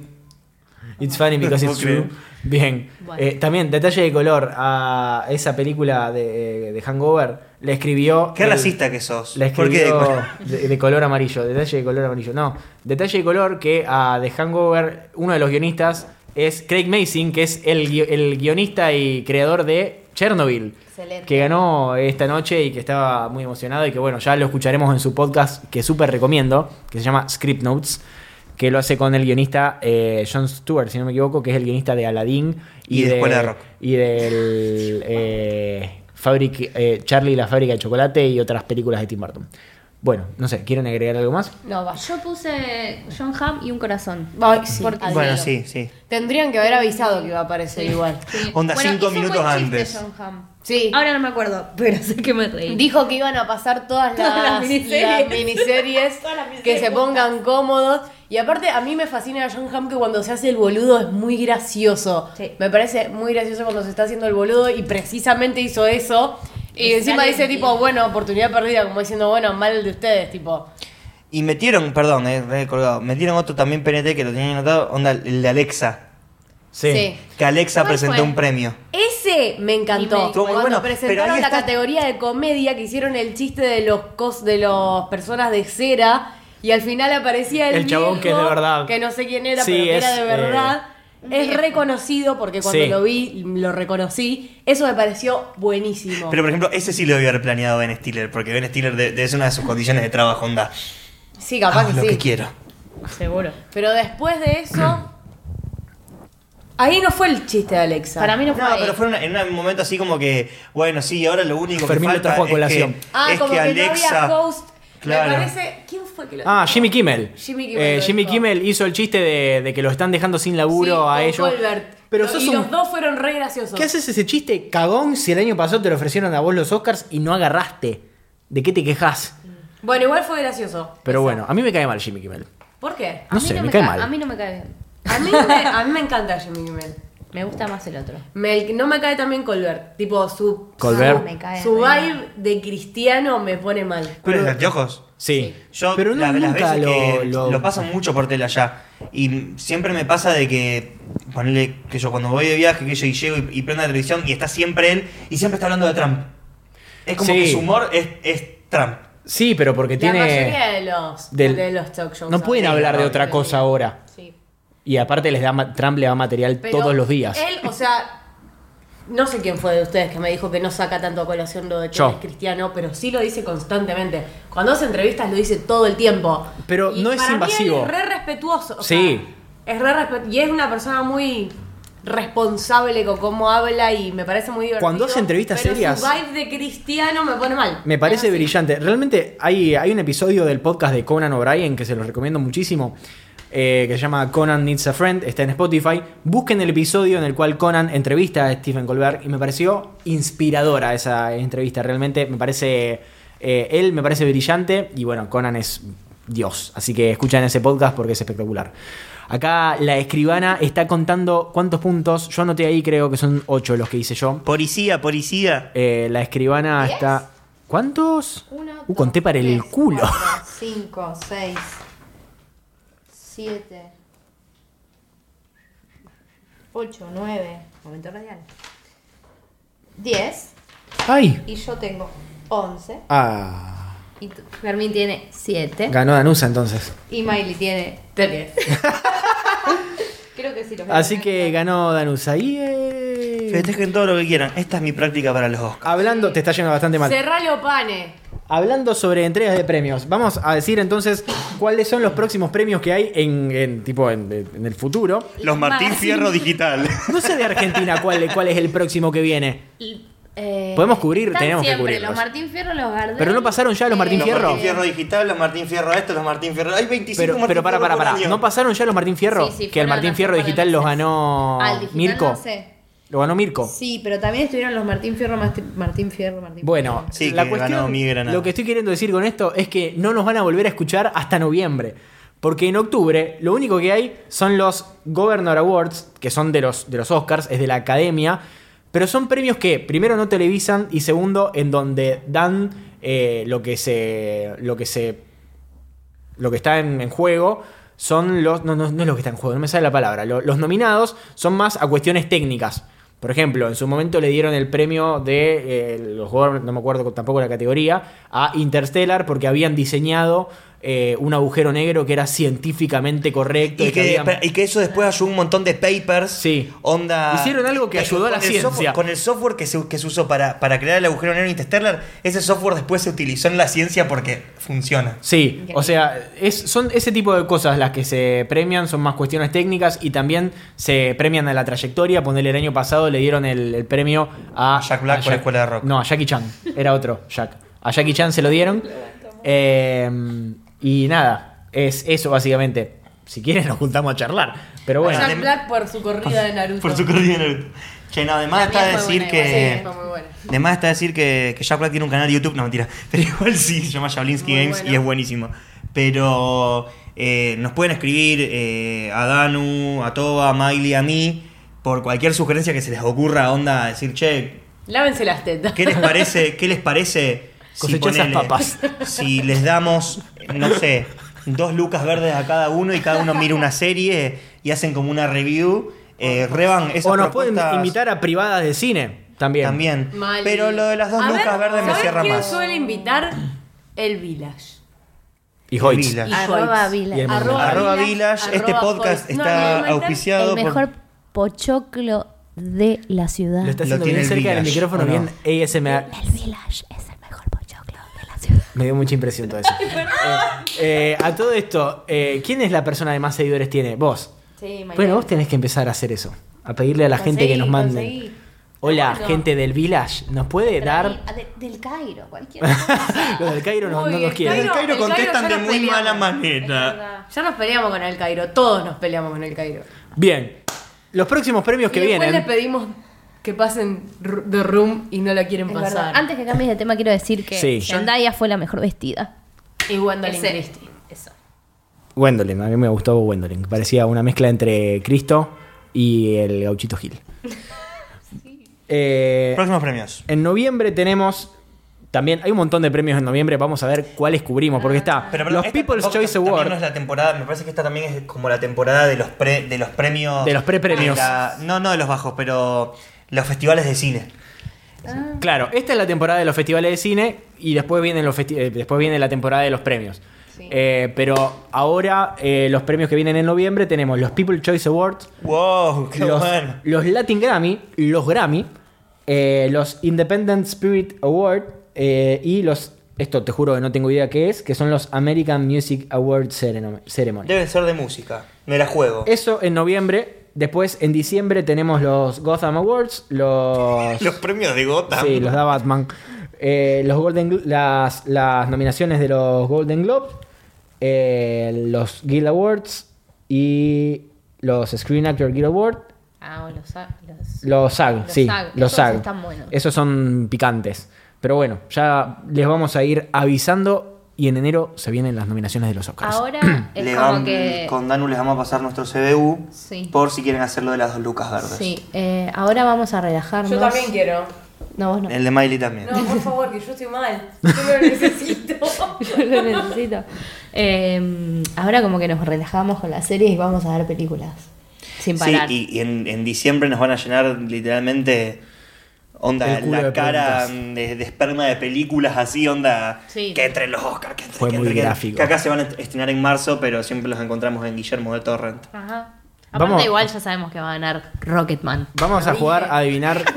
B: It's funny because it's
E: No puedo
B: true. Bien. Eh, también, detalle de color a esa película de, de Hangover. Le escribió.
E: Qué
B: el-
E: racista que sos.
B: La
E: ¿Por qué?
B: escribió de, de color amarillo, detalle de color amarillo. No, detalle de color que a The Hangover, uno de los guionistas es Craig Mason, que es el, gui- el guionista y creador de Chernobyl.
F: Excelente.
B: Que ganó esta noche y que estaba muy emocionado y que bueno, ya lo escucharemos en su podcast que súper recomiendo, que se llama Script Notes, que lo hace con el guionista eh, John Stewart, si no me equivoco, que es el guionista de Aladdin
E: Y de Escuela de Rock.
B: y del eh, Fabric- eh, Charlie y la fábrica de chocolate y otras películas de Tim Burton. Bueno, no sé, ¿quieren agregar algo más?
F: No, va. Yo puse John Hamm y un corazón.
D: Ay, sí.
F: Porque-
E: Bueno,
F: Al
E: sí, sí.
D: Tendrían que haber avisado que iba a aparecer igual.
F: Sí.
E: Onda, cinco
F: hizo un
E: minutos
F: buen chiste
E: antes.
F: John Hamm.
D: Sí.
F: Ahora no me acuerdo, pero sé que me reí.
D: Dijo que iban a pasar todas las,
F: Todas las miniseries.
D: las miniseries,
F: Todas las miniseries
D: que se pongan cómodos. Y aparte, a mí me fascina a John Hamm que cuando se hace el boludo es muy gracioso.
F: Sí.
D: Me parece muy gracioso cuando se está haciendo el boludo y precisamente hizo eso. Y,
F: Y
D: encima
F: sale
D: dice,
F: bien.
D: tipo, bueno, oportunidad perdida, como diciendo, bueno, mal de ustedes, tipo.
E: Y metieron, perdón, eh, re colgado. Metieron otro también PNT que lo tenían anotado. Onda, el de Alexa. Sí.
D: Sí.
E: Que Alexa
F: ¿Cuál
E: presentó
F: fue?
E: un premio.
D: Ese me encantó.
E: Estuvo muy
D: Cuando
E: bueno, pero
D: presentaron
E: ahí
D: la
E: está-
D: categoría de comedia que hicieron el chiste de los cos de los personas de cera y al final aparecía el,
B: El chabón que es de
D: viejo,
B: verdad.
D: que no sé quién era,
B: Sí,
D: pero que era
B: es,
D: de verdad.
F: eh,
D: Es reconocido porque cuando
B: Sí.
D: lo vi lo reconocí. Eso me pareció buenísimo.
E: Pero por ejemplo, ese sí lo debió haber planeado Ben Stiller, porque Ben Stiller de- de- es una de sus condiciones de trabajo, onda.
D: sí, capaz
E: "Hago
D: que
E: Ah, lo
D: sí.
E: que quiero.
F: Seguro.
D: Pero después de eso ahí no fue el chiste de Alexa.
F: Para mí no fue.
E: No,
F: ahí.
E: pero fue una- en un momento así como que, bueno, sí, ahora lo único
B: Fermín lo
E: que falta
B: trajo a
E: es
B: colación.
E: que,
D: ah,
E: es
D: como
E: que
D: que, no
E: Alexa...
D: había host.
E: Claro.
D: Me parece ¿quién fue que lo
B: Ah,
D: dijo?
B: Jimmy Kimmel.
D: Jimmy Kimmel
B: Eh,
D: lo
B: Jimmy
D: dijo.
B: Kimmel hizo el chiste de, de que lo están dejando sin laburo
D: Sí,
B: a
D: con
B: ellos.
D: Colbert.
B: Pero
D: Lo-
B: sos
D: y
B: un
D: los dos fueron re graciosos.
B: ¿Qué haces ese chiste cagón si el año pasado te lo ofrecieron a vos los Oscars y no agarraste? ¿De qué te quejas?
D: Bueno, igual fue gracioso.
B: Pero bueno, a mí me cae mal Jimmy Kimmel.
D: ¿Por qué?
F: A
B: No
F: mí
B: sé, me
F: me
B: cae
F: ca-
B: mal.
F: A mí no me cae bien.
D: A mí, me, a mí me encanta Jimmy Kimmel.
F: Me gusta más el otro.
D: Me- no me cae también Colbert. Tipo, su,
B: Colbert.
F: Ah, me cae
D: su
F: re mal.
D: vibe de cristiano me pone mal.
E: ¿Tú eres de anteojos?
B: Sí.
E: Yo
B: pero no,
E: la- las
B: nunca
E: veces
B: lo,
E: que
B: lo-
E: lo paso mucho por tela allá. Y siempre me pasa de que, ponele, que yo cuando voy de viaje, que yo y llego y, y prendo la televisión y está siempre él y siempre está hablando de Trump. Es como
B: Sí.
E: que su humor es, es Trump.
B: Sí, pero porque tiene.
D: La mayoría de los,
B: del-
D: de los talk shows.
B: no pueden
D: son-
B: hablar de
E: no,
B: otra
D: no,
B: cosa
D: no.
B: ahora.
D: Sí.
B: Y aparte les da ma- Trump le da material
D: Pero
B: todos los días.
D: Él, o sea, no sé quién fue de ustedes que me dijo que no saca tanto a colación lo de que
B: Yo.
D: él es cristiano, pero sí lo dice constantemente. Cuando hace entrevistas lo dice todo el tiempo.
B: Pero no es
D: para mí él
B: invasivo.
D: es re respetuoso. o
B: Sí.
D: sea, es re respetuoso. Y es una persona muy responsable con cómo habla y me parece muy divertido.
B: Cuando hace entrevistas
D: pero
B: serias-
D: Su vibe de cristiano me pone mal.
B: Me
F: Ah,
B: parece brillante. Realmente hay, hay un episodio del podcast de Conan O'Brien que se los recomiendo muchísimo. eh, que se llama Conan Needs a Friend, está en Spotify. Busquen el episodio en el cual Conan entrevista a Stephen Colbert y me pareció inspiradora esa entrevista. Realmente me parece. eh, él me parece brillante y bueno, Conan es Dios. Así que escuchan ese podcast porque es espectacular. Acá la escribana está contando cuántos puntos. Yo anoté ahí, creo que son 8 los que hice yo.
E: Policía, policía.
B: Eh, la escribana
F: ¿Diez?
B: está. ¿Cuántos?
F: Uno,
B: uh, conté para el culo.
F: 5, 6, 7, 8, 9, momento radial, 10
B: ¡Ay!
F: y yo tengo 11
B: Ah.
F: y tú- Fermín tiene 7
B: Ganó Danusa entonces.
F: y Miley tiene 3. Creo que sí lo
B: Así que ganó Danusa. ¡Yay!
E: Festejen todo lo que quieran. Esta es mi práctica para los Oscars.
B: Hablando, te está yendo bastante mal.
D: Cerrale o pane.
B: Hablando sobre entregas de premios, vamos a decir entonces cuáles son los próximos premios que hay en, en- tipo en, en el futuro.
E: Los Martín Fierro Digital.
B: No sé de Argentina cuál, cuál es el próximo que viene. Podemos cubrir,
F: eh, están
B: tenemos que
F: siempre,
B: cubrirlos.
F: Los Martín Fierro, los Gardel.
B: Pero no pasaron ya los Martín
E: Los
B: Fierro.
E: Martín Fierro Digital, los Martín Fierro esto, los Martín Fierro. Hay 25
B: Pero,
E: Martín
B: pero para,
E: Fierro
B: para,
E: por
B: para.
E: año.
B: ¿No pasaron ya los Martín Fierro?
F: Sí, sí,
B: que el
F: fueron
B: Martín
F: hace
B: Fierro
F: un par de
B: digital los
F: meses.
B: ganó
F: Al digital
B: Mirko.
F: no sé.
B: Lo ganó Mirko.
F: Sí, pero también estuvieron los Martín Fierro, Martín, Martín Fierro, Martín
B: Bueno,
E: Sí,
B: la
E: que
B: cuestión,
E: ganó Migra, nada.
B: lo que estoy queriendo decir con esto es que no nos van a volver a escuchar hasta noviembre. Porque en octubre lo único que hay son los Governor Awards, que son de los, de los Oscars, es de la academia. Pero son premios que, primero, no televisan y segundo, en donde dan eh, lo que se. lo que se lo que está en, en juego son los. No, no, no es lo que está en juego, no me sale la palabra. Lo- los nominados son más a cuestiones técnicas. Por ejemplo, en su momento le dieron el premio de eh, los jugadores, no me acuerdo tampoco la categoría, a Interstellar porque habían diseñado eh, un agujero negro que era científicamente correcto.
E: Y
B: y que
E: que,
B: habían-
E: espera, y que eso después ayudó un montón de papers.
B: Sí.
E: Onda.
B: Hicieron algo que
E: Eh,
B: ayudó a la
E: con el
B: ciencia.
E: software- con el software que se, que se usó para, para crear el agujero negro interstellar, ese software después se utilizó en la ciencia porque funciona.
B: Sí, o sea, es, son ese tipo de cosas las que se premian, son más cuestiones técnicas y también se premian a la trayectoria. Ponerle el año pasado le dieron el, el premio a.
E: A Jack Black por la escuela de rock.
B: No, a Jackie Chan, era otro Jack. A Jackie Chan se lo dieron. Eh, y nada, es eso básicamente. Si quieren, nos juntamos a charlar. Pero bueno,
D: Jack Black por su corrida de Naruto.
E: Por su corrida de Naruto. Che, no, además está
D: También fue
E: decir
D: buena
E: que.
D: igual, sí, fue muy buena.
E: Además está decir que, que Jack Black tiene un canal de YouTube, no mentira, pero igual sí, se llama Jablinsky
D: Muy
E: Games
D: bueno.
E: y es buenísimo. Pero eh, nos pueden escribir eh, a Danu, a Toba, a Miley, a mí, por cualquier sugerencia que se les ocurra, onda, decir, che,
D: Lávense las tetas.
E: ¿Qué les parece? ¿Qué les parece?
B: Cosechó esas papas.
E: Si les damos, no sé, dos lucas verdes a cada uno y cada uno mira una serie y hacen como una review eh, reban esas
B: O nos pueden
E: propuestas
B: invitar a privadas de cine también.
E: también.
D: Mal.
E: Pero lo de las dos
D: A ver,
E: lucas verdes me
D: ¿sabés
E: cierra
D: quién
E: más.
D: suele invitar? El Village.
B: Y Hoyts.
E: Village.
D: Y
F: Arroba
D: Hoyts.
F: Vila.
B: Y el Arroba
E: Arroba Village,
D: arroba
E: este podcast
D: Hoyts. No,
E: está
D: no, no, no.
E: auspiciado
F: el
E: por...
F: mejor pochoclo de la ciudad.
B: Lo está
E: Lo
B: haciendo bien
E: tiene el
B: cerca del
E: Village,
B: micrófono,
E: ¿o no?
B: bien ASMR.
F: El Village es el mejor pochoclo de la ciudad.
B: Me dio mucha impresión todo eso. Eh, eh, a todo esto, eh, ¿quién es la persona que más seguidores tiene? Vos.
F: Sí,
B: Bueno, vos tenés que empezar a hacer eso. A pedirle a la gente que nos mande. Hola, gente del Village, ¿nos puede dar?
F: del Cairo, cualquiera.
B: Los del Cairo no,
D: Uy,
B: no nos
D: el
B: quieren.
E: En el
D: Cairo-
E: Cairo
D: el
E: contestan
D: Cairo ya
E: de
D: nos
E: muy
D: peleamos.
E: mala manera.
D: Ya nos peleamos con el Cairo, todos nos peleamos con el Cairo.
B: Bien. Los próximos premios que
D: y después
B: vienen.
D: les pedimos que pasen Ru- The Room y no la quieren
F: Es verdad.
D: pasar.
F: Antes que cambies de tema, quiero decir que
B: Sí.
F: Zendaya fue la mejor vestida.
D: Y Wendolyn
F: Ese-
D: Christie.
F: Eso.
B: Wendelin, a mí me gustó Wendelin. Parecía una mezcla entre Cristo y el gauchito Gil. Eh,
E: Próximos premios.
B: en noviembre tenemos... También hay un montón de premios en noviembre, vamos a ver cuáles cubrimos, porque está
E: Pero, perdón,
B: los
E: esta
B: People's
E: tampoco-
B: Choice
E: también no
B: Awards.
E: es la temporada, me parece que esta también es como la temporada de los pre, de los premios.
B: De los pre-premios.
E: de la- No, no de los bajos, pero los festivales de cine.
B: Claro, esta es la temporada de los festivales de cine y después, vienen los festi- eh, después viene la temporada de los premios. Eh, pero ahora eh, los premios que vienen en noviembre tenemos los People's Choice Awards,
E: Wow, qué
B: los,
E: bueno.
B: los Latin Grammy, los Grammy, eh, los Independent Spirit Award eh, y los, esto te juro que no tengo idea qué es, que son los American Music Award Cereno- Ceremony.
E: Deben ser de música. Me la juego.
B: Eso en noviembre. Después en diciembre tenemos los Gotham Awards, los...
E: Los premios de Gotham.
B: Sí, los da Batman. Eh, los Golden Glo- las, las nominaciones de los Golden Globe, eh, los Guild Awards y los Screen Actor Guild Award,
F: Ah, bueno, los, los-
B: los SAG,
F: Los
B: sí,
F: SAG,
B: los
F: esos
B: SAG.
F: están buenos.
B: Esos son picantes. Pero bueno, ya les vamos a ir avisando y en enero se vienen las nominaciones de los Oscars.
F: Ahora es
E: Le
F: como
E: van-
F: que.
E: Con Danu les vamos a pasar nuestro CBU
F: Sí.
E: por si quieren hacerlo de las dos lucas verdes.
F: Sí, eh, ahora vamos a relajarnos.
D: Yo también quiero.
F: No, vos no.
E: El de Miley también.
D: No, por favor, que yo estoy mal. Yo lo necesito.
F: Yo lo necesito. Eh, ahora como que nos relajamos con las series y vamos a ver películas. Sin
E: Sí,
F: parar.
E: y, y en, en diciembre nos van a llenar literalmente onda
B: El culo
E: la
B: de
E: cara
B: preguntas.
E: de, de esperma de películas así, onda
F: Sí.
E: que entren los Oscars, que entren,
B: Fue
E: que
B: muy
E: entren, que entren.
B: gráfico.
E: Que acá se van a est- estrenar en marzo, pero siempre los encontramos en Guillermo de Torrent.
F: Ajá. Aparte
B: Vamos-
F: igual ya sabemos que va a ganar Rocketman.
B: Vamos a jugar a adivinar.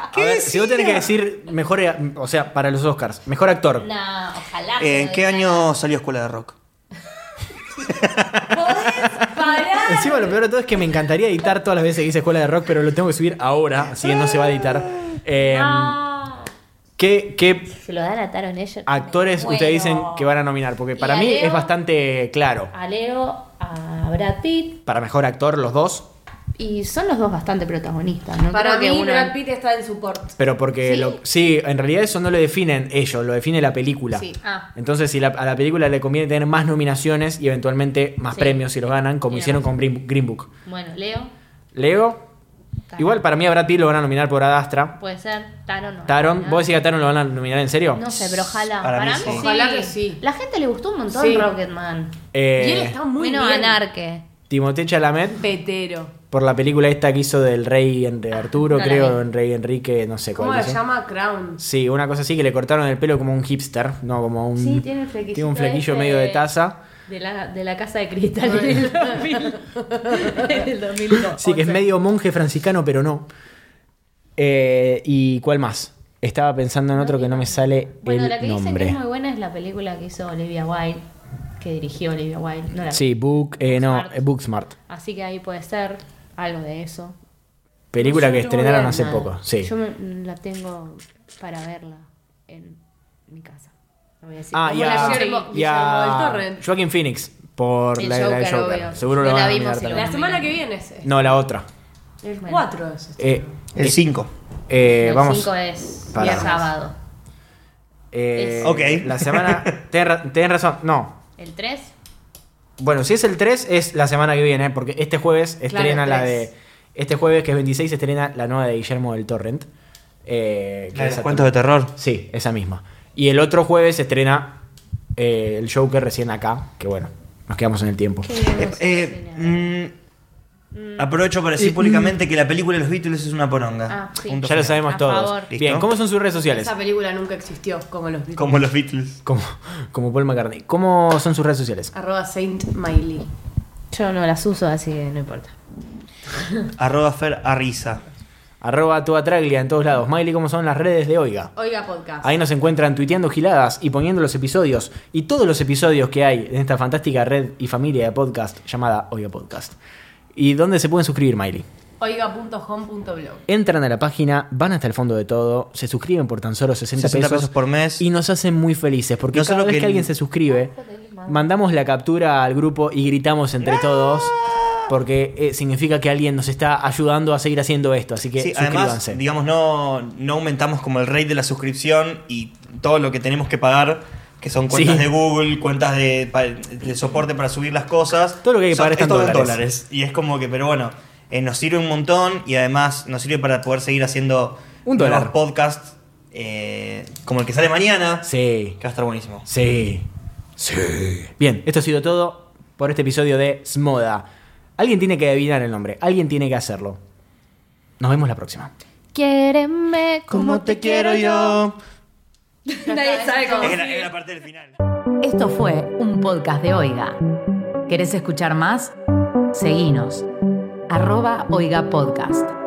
B: A
E: ¿Qué
B: ver, si vos tenés que
E: decía?
B: decir mejor, eh, o sea, para los Oscars, mejor actor.
F: No, Ah, ojalá.
E: Eh, ¿En qué año salió Escuela de Rock?
D: Pará.
B: Encima lo peor de todo es que me encantaría editar todas las veces que dice escuela de rock, pero lo tengo que subir ahora, así que no se va a editar. Eh,
E: Mm.
B: ¿qué, qué
F: Se lo dan a Taron Egerton.
E: Ah.
B: actores
F: Bueno.
B: ustedes dicen que van a nominar? Porque para
F: Y Ah. a
B: mí
F: Leo.
B: es bastante claro.
F: A Leo, a Brad Pitt.
B: Para mejor actor, los dos,
F: Y son los dos bastante protagonistas, ¿no?
D: Para
F: Creo que
D: mí,
F: uno-
D: Brad Pitt está en su port.
B: pero porque
F: Sí.
B: lo- sí, en realidad eso no lo definen ellos, lo define la película.
D: Sí.
F: Ah.
B: Entonces, si la- a la película le conviene tener más nominaciones y eventualmente más
F: Sí.
B: premios si los ganan, como
F: Tiene
B: hicieron
F: razón.
B: con Green Book- Green Book.
F: Bueno, Leo,
B: Leo,
F: Taron.
B: igual para mí a Brad Pitt lo van a nominar por Adastra.
F: puede ser Taron. no.
B: Taron, ¿vos decís que a Taron lo van a nominar en serio?
F: Ah. No sé, pero ojalá.
E: Para
F: Para,
E: mí
F: mí,
E: sí.
F: sí.
D: Ojalá que sí.
F: La gente le gustó un montón
D: Sí.
F: Rocketman.
B: Eh,
D: y él
F: Ah,
D: está muy
F: Menos
D: bien.
F: Anarque.
B: Timothée Chalamet
D: Petero.
B: por la película esta que hizo del rey Enri- Arturo,
F: no la
B: creo,
F: vi.
B: en rey Enrique, no sé
D: ¿Cómo
B: cuál.
D: la
B: es, ¿eh?
D: llama? Crown.
B: Sí, una cosa así que le cortaron el pelo como un hipster, no como un
F: Sí, tiene el flequillito
B: tiene un flequillo
F: ese.
B: medio de taza.
F: De la, de la casa de cristal del 2000 del 2002.
B: Sí, que es medio monje franciscano, pero no. Eh, ¿Y cuál más? Estaba pensando en otro que no me sale
F: Bueno,
B: el
F: la que dicen
B: nombre.
F: que es muy buena es la película que hizo Olivia Wilde, que dirigió Olivia Wilde. No la vi.
B: Sí, Book, eh, no,
F: Smart.
B: eh, Booksmart.
F: Así que ahí puede ser algo de eso.
B: Película que
F: Yo no voy a
B: estrenaron
F: ver
B: hace
F: nada.
B: poco, sí.
F: Yo me- la tengo para verla en mi casa. No voy a decir.
B: Ah,
F: cómo
B: y
F: la
B: a,
F: conseguí.
D: Guillermo-
B: y a
D: Guillermo del Torrent.
B: Joaquin Phoenix por
F: El
B: la era de
F: Joker,
B: Joker.
F: obvio.
B: Seguro
F: No
B: lo
F: la
B: van a
F: vimos
B: nominar
F: y lo
B: también.
D: La semana que viene es este.
B: No, la otra.
D: el
F: Bueno.
D: 4 es este.
B: Eh,
E: El 5.
B: eh,
F: El
B: vamos.
F: 5 es
B: Pará.
F: el sábado.
B: eh,
F: es-
E: Ok.
B: La semana. Tenés ra- tenés razón. No.
F: El 3
B: Bueno, si es el 3, es la semana que viene, porque este jueves estrena
D: el
B: la
D: tres.
B: de. Este jueves, que es 26, estrena la nueva de Guillermo del Torrent. eh, que
E: La de
B: es
E: los
B: a-
E: cuentos de terror.
B: Sí, esa misma. Y el otro jueves estrena eh,
F: Pues,
B: el Joker recién acá, que bueno, nos quedamos en el tiempo.
E: Eh, eh, mm, Aprovecho para
B: mm.
E: decir públicamente que la película de los Beatles es una poronga.
F: Ah, sí.
E: Punto
B: Ya lo
E: final.
B: sabemos
F: A
B: todos.
F: favor.
B: Bien,
E: ¿Listo?
B: ¿cómo son sus redes sociales?
D: Esa película nunca existió, como los Beatles.
E: Como los Beatles.
B: Como, como Paul McCartney. ¿Cómo son sus redes sociales?
D: Arroba Saint Miley.
F: Yo no las uso, así que no importa.
E: Arroba Fer Arriza.
B: Arroba toda traglia en todos lados. Miley, ¿cómo son las redes de Oiga?
D: Oiga podcast.
B: Ahí nos encuentran tuiteando giladas y poniendo los episodios y todos los episodios que hay en esta fantástica red y familia de podcast llamada Oiga Podcast. ¿Y dónde se pueden suscribir, Miley?
D: Oiga.home.blog.
B: Entran a la página, van hasta el fondo de todo, se suscriben por tan solo 60,
E: 60
B: pesos,
E: pesos por mes.
B: y nos hacen muy felices porque
E: No
B: cada
E: solo
B: vez que,
E: que el-
B: alguien se suscribe, mandamos la captura al grupo y gritamos entre todos porque eh, significa que alguien nos está ayudando a seguir haciendo esto, así que
E: Sí,
B: suscríbanse.
E: además, digamos, no, no aumentamos como el rate de la suscripción y todo lo que tenemos que pagar, que son cuentas
B: Sí.
E: de Google, cuentas de, pa- de soporte para subir las cosas.
B: Todo lo que hay que
E: Son-
B: pagar está en
E: es todo
B: dólares.
E: Y es como que, pero bueno, eh, nos sirve un montón y además nos sirve para poder seguir haciendo
B: Un
E: nuevos
B: dólar.
E: podcasts eh, como el que sale mañana,
B: Sí.
E: que va a estar buenísimo.
B: Sí. Sí. Bien, esto ha sido todo por este episodio de Smoda. Alguien tiene que adivinar el nombre, alguien tiene que hacerlo. Nos vemos la próxima.
F: Quiéreme como te quiero yo.
D: Nadie sabe cómo.
E: Es la- es la parte del final.
A: Esto fue un podcast de Oiga. ¿Querés escuchar más? Seguinos. Arroba Oiga Podcast.